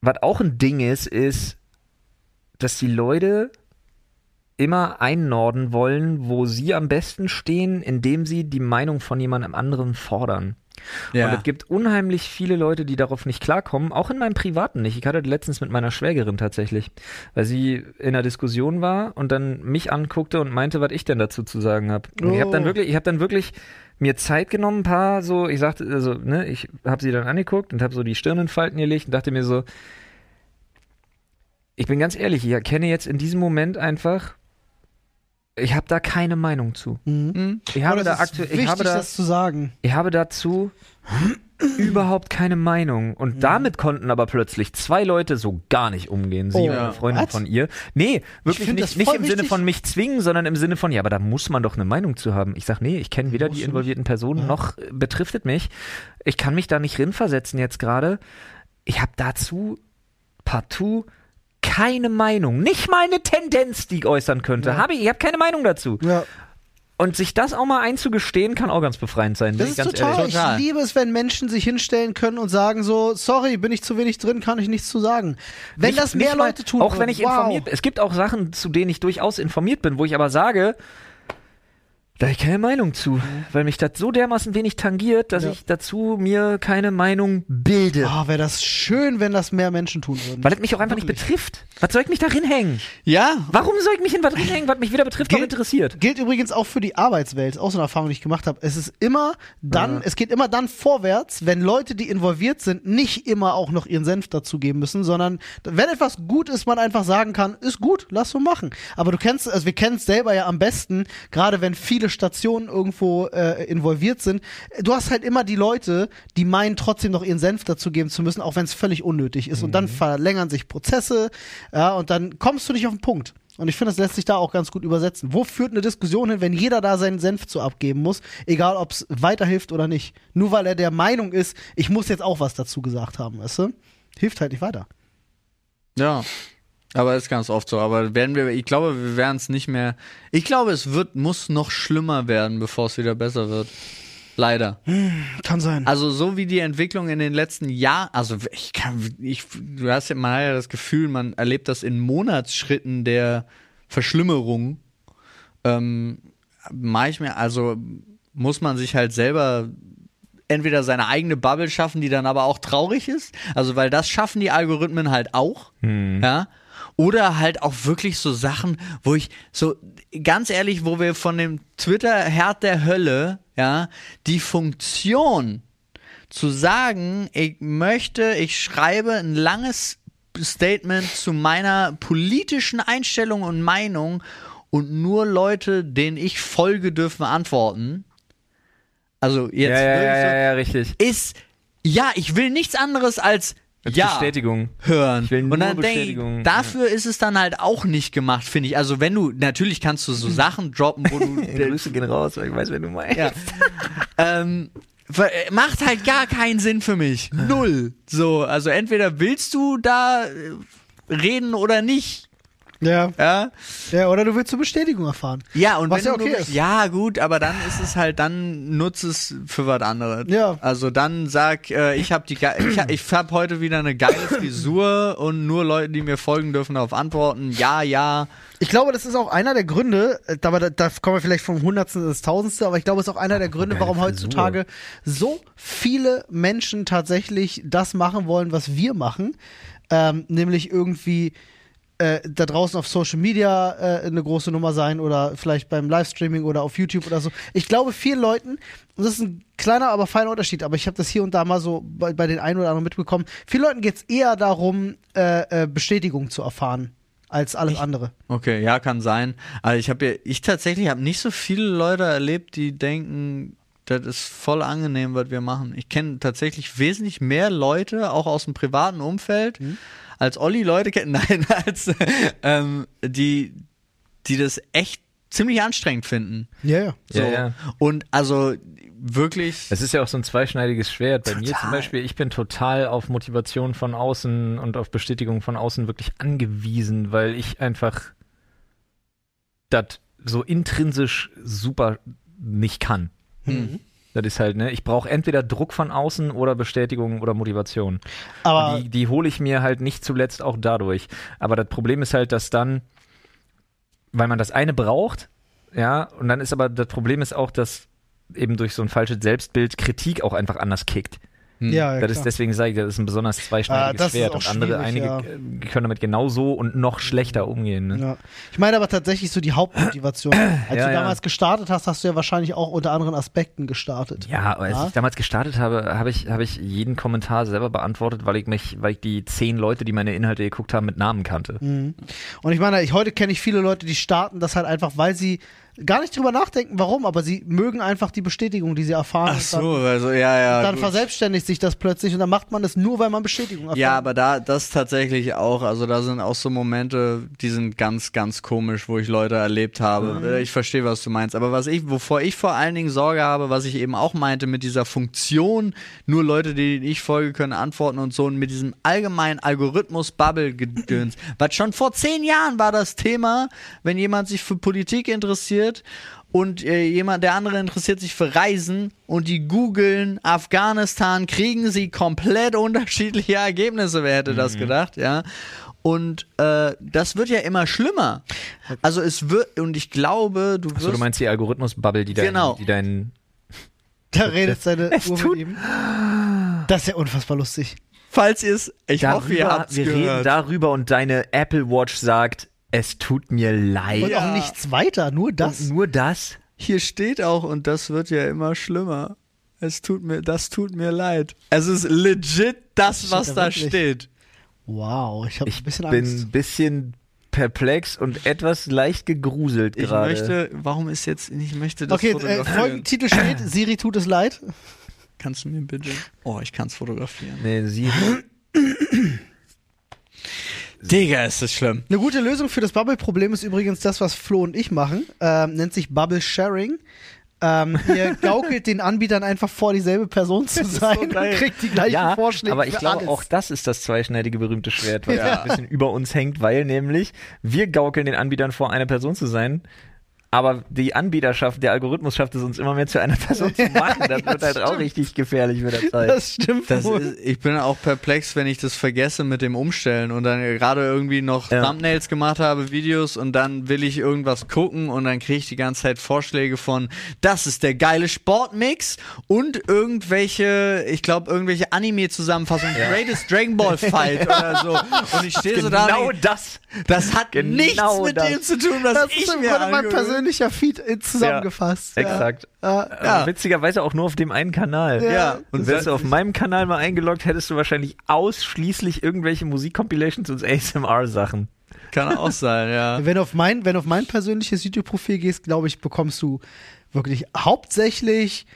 was auch ein Ding ist, ist, dass die Leute immer einnorden wollen, wo sie am besten stehen, indem sie die Meinung von jemandem anderen fordern. Ja. Und es gibt unheimlich viele Leute, die darauf nicht klarkommen, auch in meinem privaten nicht. Ich hatte das letztens mit meiner Schwägerin tatsächlich, weil sie in einer Diskussion war und dann mich anguckte und meinte, was ich denn dazu zu sagen habe. Und Ich habe dann Oh. wirklich, ich habe dann wirklich mir Zeit genommen, ein paar so, ich sagte, also, ne, ich habe sie dann angeguckt und habe so die Stirn in Falten gelegt und dachte mir so, ich bin ganz ehrlich, ich erkenne jetzt in diesem Moment einfach, ich habe da keine Meinung zu. Hm? Ich habe Aber da Oh, das ist aktuell, wichtig, ich habe da, das zu sagen. ich habe *clears throat* dazu überhaupt keine Meinung. Mhm. Und damit konnten aber plötzlich zwei Leute so gar nicht umgehen. Sie Oh, und eine ja. Freundin Was? von ihr. Nee, wirklich find nicht, das nicht voll im Sinne wichtig. von mich zwingen, sondern im Sinne von, ja, aber da muss man doch eine Meinung zu haben. Ich sag, nee, ich kenne weder die involvierten Personen noch äh, betrifft mich. Ich kann mich da nicht rinversetzen jetzt gerade. Ich habe dazu partout keine Meinung, nicht mal eine Tendenz, die ich äußern könnte. Habe ich, ich habe keine Meinung dazu. Ja. Und sich das auch mal einzugestehen, kann auch ganz befreiend sein. bin Das ich ist ganz total, ehrlich. Total. ich liebe es, wenn Menschen sich hinstellen können und sagen so, sorry, bin ich zu wenig drin, kann ich nichts zu sagen. Wenn Nicht- das mehr nicht mal- Leute tun Auch würden, wenn ich wow. informiert bin. Es gibt auch Sachen, zu denen ich durchaus informiert bin, wo ich aber sage, Da habe ich keine Meinung zu, weil mich das so dermaßen wenig tangiert, dass Ja. ich dazu mir keine Meinung bilde. Ah, wäre das schön, wenn das mehr Menschen tun würden. Weil das mich auch einfach nicht betrifft. Was soll ich mich darin hängen? Ja, Warum soll ich mich in was drin hängen, was mich weder betrifft noch Gilt- interessiert? Gilt übrigens auch für die Arbeitswelt. Ist auch so eine Erfahrung, die ich gemacht habe. Es ist immer dann, es geht immer dann vorwärts, wenn Leute, die involviert sind, nicht immer auch noch ihren Senf dazugeben müssen, sondern wenn etwas gut ist, man einfach sagen kann, ist gut, lass so machen. Aber du kennst, also wir kennen es selber ja am besten, gerade wenn viele Stationen irgendwo äh, involviert sind. Du hast halt immer die Leute, die meinen trotzdem noch ihren Senf dazugeben zu müssen, auch wenn es völlig unnötig ist. Und dann verlängern sich Prozesse, ja, und dann kommst du nicht auf den Punkt. Und ich finde, das lässt sich da auch ganz gut übersetzen. Wo führt eine Diskussion hin, wenn jeder da seinen Senf zu abgeben muss, egal ob es weiterhilft oder nicht? Nur weil er der Meinung ist, ich muss jetzt auch was dazu gesagt haben, weißt du? Hilft halt nicht weiter. ja. Aber ist ganz oft so. Aber werden wir, ich glaube, wir werden es nicht mehr. Ich glaube, es wird, muss noch schlimmer werden, bevor es wieder besser wird. Leider. Kann sein. Also so wie die Entwicklung in den letzten Jahren, also ich kann, ich, du hast ja, man hat ja das Gefühl, man erlebt das in Monatsschritten der Verschlimmerung. Ähm, mach ich mir, also muss man sich halt selber entweder seine eigene Bubble schaffen, die dann aber auch traurig ist, also weil das schaffen die Algorithmen halt auch, ja. Oder halt auch wirklich so Sachen, wo ich so ganz ehrlich, wo wir von dem Twitter-Herd der Hölle, ja, die Funktion zu sagen, ich möchte, ich schreibe ein langes Statement zu meiner politischen Einstellung und Meinung und nur Leute, denen ich folge, dürfen antworten. Also jetzt wirklich so, richtig. ist, ja, ich will nichts anderes als, Als ja Bestätigung. hören. Ich will nur und dann denke ich, Bestätigung, dafür ist es dann halt auch nicht gemacht, finde ich. Also wenn du, natürlich kannst *laughs* du so Sachen droppen, wo du, Grüße gehen raus, weil ich weiß, wer du meinst. ja, ähm, ver- macht halt gar keinen Sinn für mich. Null. So, also entweder willst du da äh, reden oder nicht. ja. Ja, ja, oder du willst zur Bestätigung erfahren. ja und Was wenn ja du okay nur- ist. ja gut, aber dann ist es halt, dann nutz es für was anderes. Ja. Also dann sag, äh, ich habe die, ge- ich, hab- ich hab heute wieder eine *coughs* geile Frisur und nur Leute, die mir folgen dürfen, darauf antworten. Ja, ja. Ich glaube, das ist auch einer der Gründe, äh, aber da, da kommen wir vielleicht vom Hundertsten ins Tausendste, aber ich glaube, es ist auch einer der Gründe, warum heutzutage so viele Menschen tatsächlich das machen wollen, was wir machen, ähm, nämlich irgendwie äh, da draußen auf Social Media äh, eine große Nummer sein oder vielleicht beim Livestreaming oder auf YouTube oder so. Ich glaube, vielen Leuten, und das ist ein kleiner, aber feiner Unterschied, aber ich habe das hier und da mal so bei, bei den einen oder anderen mitbekommen, vielen Leuten geht es eher darum, äh, äh, Bestätigung zu erfahren als alles andere. Okay, ja, kann sein. Also ich habe ja, ich tatsächlich habe nicht so viele Leute erlebt, die denken, das ist voll angenehm, was wir machen. Ich kenne tatsächlich wesentlich mehr Leute, auch aus dem privaten Umfeld, Mhm. als Olli Leute kennen, *laughs* nein, als ähm, die, die das echt ziemlich anstrengend finden. Ja, ja. So. Ja, ja. Und also wirklich. Es ist ja auch so ein zweischneidiges Schwert. Bei mir zum Beispiel, ich bin total auf Motivation von außen und auf Bestätigung von außen wirklich angewiesen, weil ich einfach das so intrinsisch super nicht kann. Mhm. Hm. Das ist halt, ne? Ich brauche entweder Druck von außen oder Bestätigung oder Motivation. Aber die die hole ich mir halt nicht zuletzt auch dadurch. Aber das Problem ist halt, dass dann, weil man das eine braucht, ja, und dann ist aber das Problem ist auch, dass eben durch so ein falsches Selbstbild Kritik auch einfach anders kickt. Hm. ja, ja, das klar. ist deswegen sage ich, das ist ein besonders zweischneidiges Ah, das ist Schwert auch und andere schwierig, einige ja. äh, können damit genauso und noch schlechter umgehen. Ne? ja. Ich meine aber tatsächlich so die Hauptmotivation. Als Ja, du ja. damals gestartet hast, hast du ja wahrscheinlich auch unter anderen Aspekten gestartet. Ja, aber als Ja. ich damals gestartet habe, habe ich, habe ich jeden Kommentar selber beantwortet, weil ich mich, weil ich die zehn Leute, die meine Inhalte geguckt haben, mit Namen kannte. Mhm. Und ich meine, ich, heute kenne ich viele Leute, die starten das halt einfach, weil sie gar nicht drüber nachdenken, warum, aber sie mögen einfach die Bestätigung, die sie erfahren. Ach und dann- so, also ja, ja. Dann gut. verselbstständigt sich das plötzlich und dann macht man es nur, weil man Bestätigung erfährt. Ja, aber da das tatsächlich auch, also da sind auch so Momente, die sind ganz, ganz komisch, wo ich Leute erlebt habe. Äh, Ich verstehe, was du meinst. Aber was ich, wovor ich vor allen Dingen Sorge habe, was ich eben auch meinte mit dieser Funktion, nur Leute, denen ich folge, können antworten und so, und mit diesem allgemeinen Algorithmus-Bubble-Gedöns. was schon vor zehn Jahren war das Thema, wenn jemand sich für Politik interessiert und äh, jemand, der andere interessiert sich für Reisen und die googeln *laughs* Afghanistan, kriegen sie komplett unterschiedliche Ergebnisse, wer hätte das gedacht, ja. Und äh, das wird ja immer schlimmer. Also es wird, und ich glaube, du wirst. So, du meinst die Algorithmus-Bubble, die dein, Genau. die dein *laughs* Da redet seine Uhr tut- mit ihm. Das ist ja unfassbar lustig. falls ihr es. Ich hoffe, ihr darüber, habt's wir reden gehört. darüber und deine Apple Watch sagt, es tut mir Und leid. Ja. auch nichts weiter, nur das. Nur das? Hier steht auch, und das wird ja immer schlimmer. Es tut mir, das tut mir leid. Es ist legit das, steht was da da wirklich. steht. Wow, ich habe ein Ich bisschen bin Angst. ein bisschen perplex und etwas leicht gegruselt Ich gerade. möchte, warum ist jetzt, ich möchte das Okay, äh, fotografieren. Folgentitel steht, Siri tut es leid. Kannst du mir bitte? Oh, ich kann's fotografieren. Nee, *laughs* sie. *laughs* Digga, ist das schlimm. Eine gute Lösung für das Bubble-Problem ist übrigens das, was Flo und ich machen. Ähm, nennt sich Bubble Sharing. Ähm, *laughs* ihr gaukelt den Anbietern einfach vor, dieselbe Person zu sein und kriegt die gleichen ja, Vorschläge. aber ich für glaube, alles. auch das ist das zweischneidige berühmte Schwert, was Ja. ein bisschen über uns hängt, weil nämlich wir gaukeln den Anbietern vor, eine Person zu sein. Aber die Anbieterschaft, der Algorithmus schafft es uns immer mehr zu einer *laughs* Person zu machen. Das wird halt auch richtig gefährlich mit der Zeit. Das stimmt. Das wohl. ist, ich bin auch perplex, wenn ich das vergesse mit dem Umstellen und dann gerade irgendwie noch Ja. Thumbnails gemacht habe, Videos und dann will ich irgendwas gucken und dann kriege ich die ganze Zeit Vorschläge von, das ist der geile Sportmix und irgendwelche, ich glaube, irgendwelche Anime-Zusammenfassungen, Greatest Dragon *laughs* Ball Fight oder so. Und ich stehe so da, genau und denk, das. das hat genau nichts mit das. dem zu tun, was das ich ist im mir Grunde mein angeguckt habe. persönlicher Feed äh, zusammengefasst. Ja, Exakt. Ja. Äh, ja. Witzigerweise auch nur auf dem einen Kanal. Ja. Und wärst du auf meinem Kanal mal eingeloggt, hättest du wahrscheinlich ausschließlich irgendwelche Musik-Compilations und ASMR-Sachen. Kann auch sein, ja. Wenn du auf mein, wenn du auf mein persönliches YouTube-Profil gehst, glaube ich, bekommst du wirklich hauptsächlich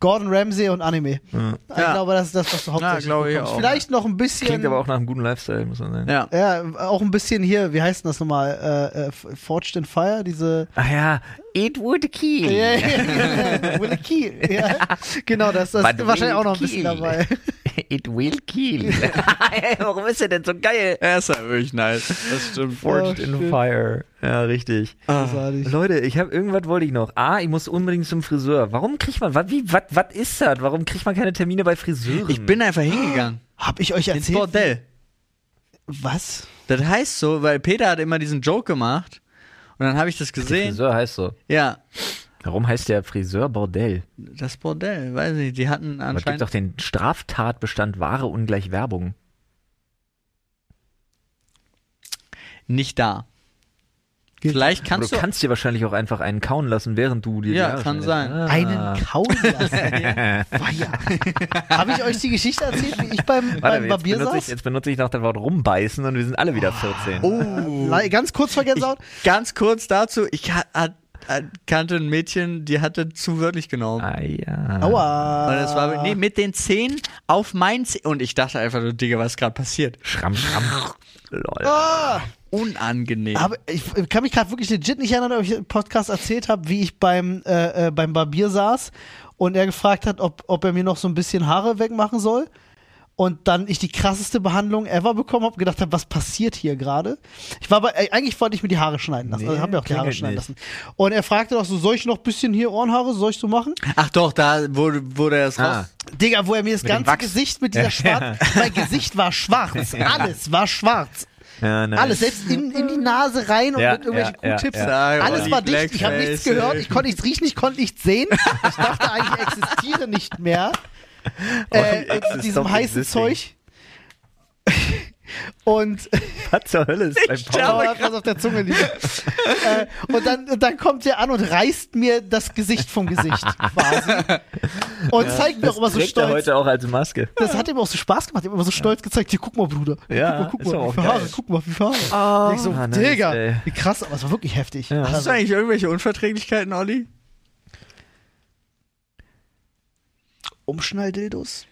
Gordon Ramsay und Anime. Ich Ja. glaube, das ist das, was du hauptsächlich glaube ich bekommst. auch. Vielleicht noch ein bisschen. Klingt aber auch nach einem guten Lifestyle, muss man sagen. Genau. Ja. Ja, auch ein bisschen hier, wie heißt denn das nochmal? Äh, äh, Forged in *laughs* Fire, diese. Ach ja, it would kill. *laughs* With a key. Ja. Genau, das, das But ist wahrscheinlich auch noch ein will bisschen kill. dabei. *laughs* It will kill. *laughs* Warum ist er denn so geil? Er ist ja wirklich nice. Das stimmt. Forged Oh, in shit. Fire. Ja, richtig. *laughs* Großartig. Leute, ich habe irgendwas wollte ich noch. Ah, ich muss unbedingt zum Friseur. Warum kriegt man, was, wie, was, was ist das? Warum kriegt man keine Termine bei Friseuren? Ich Äh, bin einfach hingegangen. Ah. Hab ich euch Ins erzählt? Bordell. Was? Das heißt so, weil Peter hat immer diesen Joke gemacht. Und dann habe ich das gesehen. Friseur heißt so. Ja, Warum heißt der Friseur Bordell? das Bordell, weiß nicht. Die hatten Aber es gibt anscheinend. doch den Straftatbestand Ware ungleich Werbung. nicht da. Vielleicht Aber kannst du du. kannst dir wahrscheinlich auch einfach einen kauen lassen, während du dir die Ja, Haare kann schneidest. sein. Ah. *laughs* Einen kauen *laughs* lassen. Habe ich euch die Geschichte erzählt, wie ich beim, Warte, beim jetzt Barbier benutze, ich, saß? jetzt benutze ich noch das Wort rumbeißen und wir sind alle wieder 14. *laughs* oh. Le- Ganz kurz Ich, vergessen. ganz kurz dazu. Ich ha- hat, hat, kannte ein Mädchen, die hatte zu wörtlich genommen. Ah, ja. Aua. Und das war nee, mit den Zähnen auf mein Zeh Und ich dachte einfach, du Digga, was gerade passiert. Schramm, Oh. schramm. Lol. Ah. Unangenehm. Aber ich kann mich gerade wirklich legit nicht erinnern, ob ich im Podcast erzählt habe, wie ich beim, äh, äh, beim Barbier saß und er gefragt hat, ob, ob er mir noch so ein bisschen Haare wegmachen soll. Und dann ich die krasseste Behandlung ever bekommen habe, gedacht habe, was passiert hier gerade? Ich war aber, äh, eigentlich wollte ich mir die Haare schneiden lassen. also habe mir auch die Haare klingelt schneiden nicht. lassen. Und er fragte doch so, soll ich noch ein bisschen hier Ohrenhaare, soll ich so machen? Ach doch, da wurde, wurde das Ah. raus. Digga, wo er mir das dem ganze Wachs. Gesicht *laughs* mit dieser schwarz, mein Gesicht war schwarz, alles war schwarz. Ja, nice. Alles, selbst in, in die Nase rein und Ja, mit irgendwelchen ja, ja, Q-Tips. ja. Alles Sag, war Olli, dicht, ich habe nichts Blackface, gehört, ey. ich konnte nichts riechen, ich konnte nichts sehen. Ich dachte eigentlich, ich existiere nicht mehr. Olli, Äh, exist- mit diesem stop heißen existing. Zeug. *laughs* Und Was zur Hölle ist beim Paul? Schau, hat was auf der *laughs* Zunge liegt. äh, und, dann, und dann kommt er an und reißt mir das Gesicht vom Gesicht quasi. *laughs* Und zeigt mir auch immer so Trägt er stolz. heute auch als Maske. Das hat ihm auch so Spaß gemacht. Er hat immer so stolz gezeigt: Hier, guck mal, Bruder. Hier, Ja, guck ist mal, guck aber mal, auch wie viele Haare. geil. Guck mal, wie viele Haare. Oh, Ich Ah, so, Digga, wie krass, aber es war wirklich heftig. Also Ja. Hast du eigentlich irgendwelche Unverträglichkeiten, Olli? Umschnalldildos?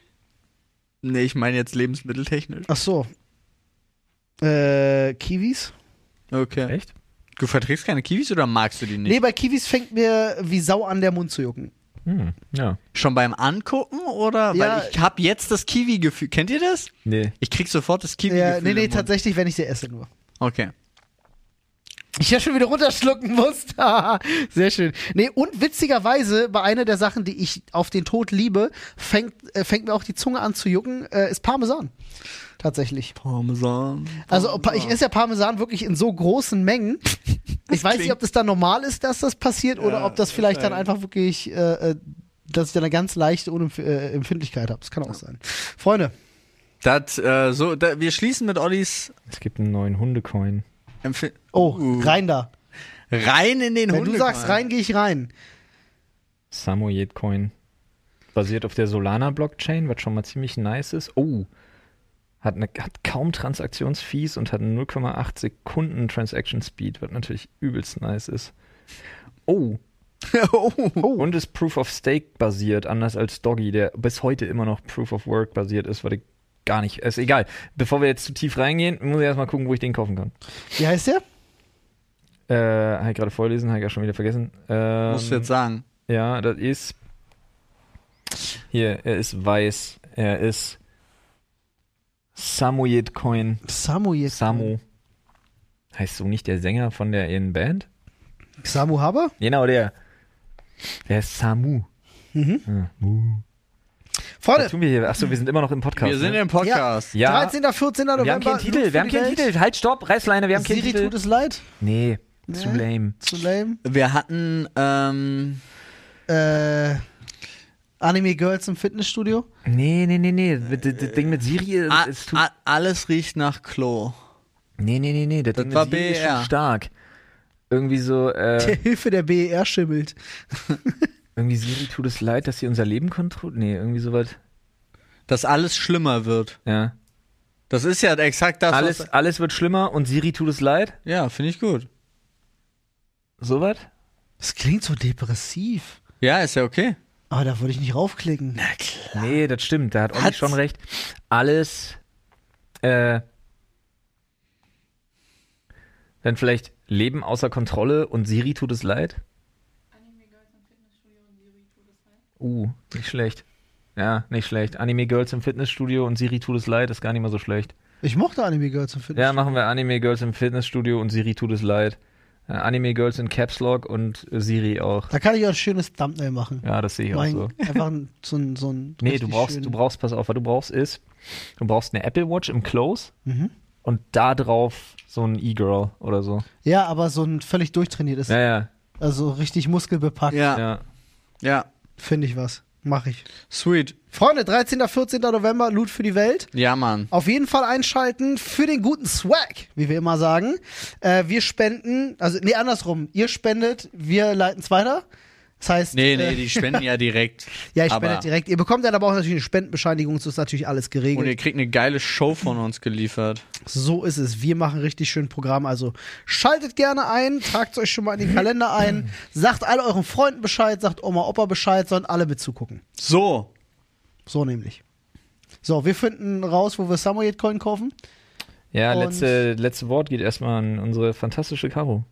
Nee, ich meine jetzt lebensmitteltechnisch. Ach so. Äh, Kiwis? Okay. Echt? Du verträgst keine Kiwis oder magst du die nicht? Nee, bei Kiwis fängt mir wie Sau an, der Mund zu jucken. Hm, ja. Schon beim Angucken oder? Ja. Weil ich hab jetzt das Kiwi-Gefühl. Kennt ihr das? Nee. Ich krieg sofort das Kiwi-Gefühl. Ja, nee, im nee, Mund. tatsächlich, wenn ich sie esse nur. Okay. Ich ja schon wieder runterschlucken musste. *laughs* Sehr schön. Nee, und witzigerweise, bei einer der Sachen, die ich auf den Tod liebe, fängt, äh, fängt mir auch die Zunge an zu jucken, äh, ist Parmesan. Tatsächlich. Parmesan. Also pa- ich esse ja Parmesan wirklich in so großen Mengen. Ich weiß nicht, ob das dann normal ist, dass das passiert oder ob das vielleicht dann einfach wirklich, äh, äh, dass ich dann eine ganz leichte Unempf äh, Empfindlichkeit habe. Das kann auch sein. Freunde, Das, äh, so, da, wir schließen mit Ollis Es gibt einen neuen Hundecoin. Empfe oh, Uh. rein da. rein in den Wenn Hunde. du sagst rein, gehe ich rein. Samoyed Coin. Basiert auf der Solana Blockchain, was schon mal ziemlich nice ist. Oh. Hat, eine, hat kaum Transaktionsfees und hat 0,8 Sekunden Transaction Speed, was natürlich übelst nice ist. Oh. *laughs* oh. Und ist Proof of Stake basiert, anders als Doggy, der bis heute immer noch Proof of Work basiert ist, weil ich gar nicht. Ist egal. Bevor wir jetzt zu tief reingehen, muss ich erstmal gucken, wo ich den kaufen kann. Wie heißt der? Äh, habe ich gerade vorlesen, habe ich ja schon wieder vergessen. Ähm, Musst du jetzt sagen. Ja, das ist. Hier, er ist weiß. Er ist. Samoyed Coin. Samu jetzt. Samu. Heißt so nicht der Sänger von der ihren Band? Samu Haber? Genau, der. Der ist Samu. Was Freunde, tun wir hier? Achso, wir sind immer noch im Podcast. Wir sind ne? im Podcast. ja. 13. 14. November. wir haben keinen Loot Titel, für wir haben die keinen Welt. Titel. Halt, stopp, Reißleine, wir haben keinen Siri Titel. tut es leid. Nee, zu lame. Zu lame. Wir hatten, ähm, Äh, Anime Girls im Fitnessstudio. Nee, nee, nee, nee. Das, das das Ding mit Siri Ah, ist. a, ist zu- a, alles riecht nach Klo. nee, nee, nee, nee. Das, Das Ding war mit Siri ist schon BR. stark. Irgendwie so. Äh, Der *laughs* Hilfe der BER schimmelt. Irgendwie Siri tut es leid, dass sie unser Leben kontrolliert. Nee, irgendwie sowas. Dass alles schlimmer wird. Ja. Das ist ja exakt das, Alles, was... alles wird schlimmer und Siri tut es leid. Ja, finde ich gut. Sowas? Das klingt so depressiv. Ja, ist ja okay. Aber Ah, da würde ich nicht raufklicken. Na klar. Nee, das stimmt. Da hat Olli Hat's- schon recht. Alles. Äh, dann vielleicht Leben außer Kontrolle und Siri tut es leid. Uh, nicht schlecht. Ja, nicht schlecht. Anime Girls im Fitnessstudio und Siri tut es leid, ist gar nicht mal so schlecht. Ich mochte Anime Girls im Ja, Fitnessstudio. machen wir Anime Girls im Fitnessstudio und Siri tut es leid. Äh, Anime Girls in Caps Lock und äh, Siri auch. Da kann ich auch ein schönes Thumbnail machen. Ja, das sehe ich mein, auch so. Einfach ein, so ein, so ein *laughs* Nee, du richtig brauchst, schön- du brauchst, pass auf, was du brauchst ist, du brauchst eine Apple Watch im Close Mhm. und da drauf so ein E-Girl oder so. Ja, aber so ein völlig durchtrainiertes. Ja, ja, Also richtig muskelbepackt. Ja, ja. ja. Finde ich was. Mache ich. Sweet. Freunde, 13. 14. November, Loot für die Welt. Ja, Mann. Auf jeden Fall einschalten für den guten Swag, wie wir immer sagen. Äh, wir spenden, also nee, andersrum. Ihr spendet, wir leiten es weiter. Das heißt, Nee, *laughs* äh, nee, die spenden ja direkt. ja, ich spende aber- direkt. Ihr bekommt dann aber auch natürlich eine Spendenbescheinigung, so ist natürlich alles Und ihr geregelt. kriegt eine geile Show von uns geliefert. So ist es. Wir machen richtig schön Programm. Also schaltet gerne ein, tragt euch schon mal in den Kalender ein, sagt alle euren Freunden Bescheid, sagt Oma, Opa Bescheid, sollen alle mitzugucken. So. So nämlich. So, wir finden raus, wo wir Samoyed Coin kaufen. Ja, Und- letzte, letzte Wort geht erstmal an unsere fantastische Caro.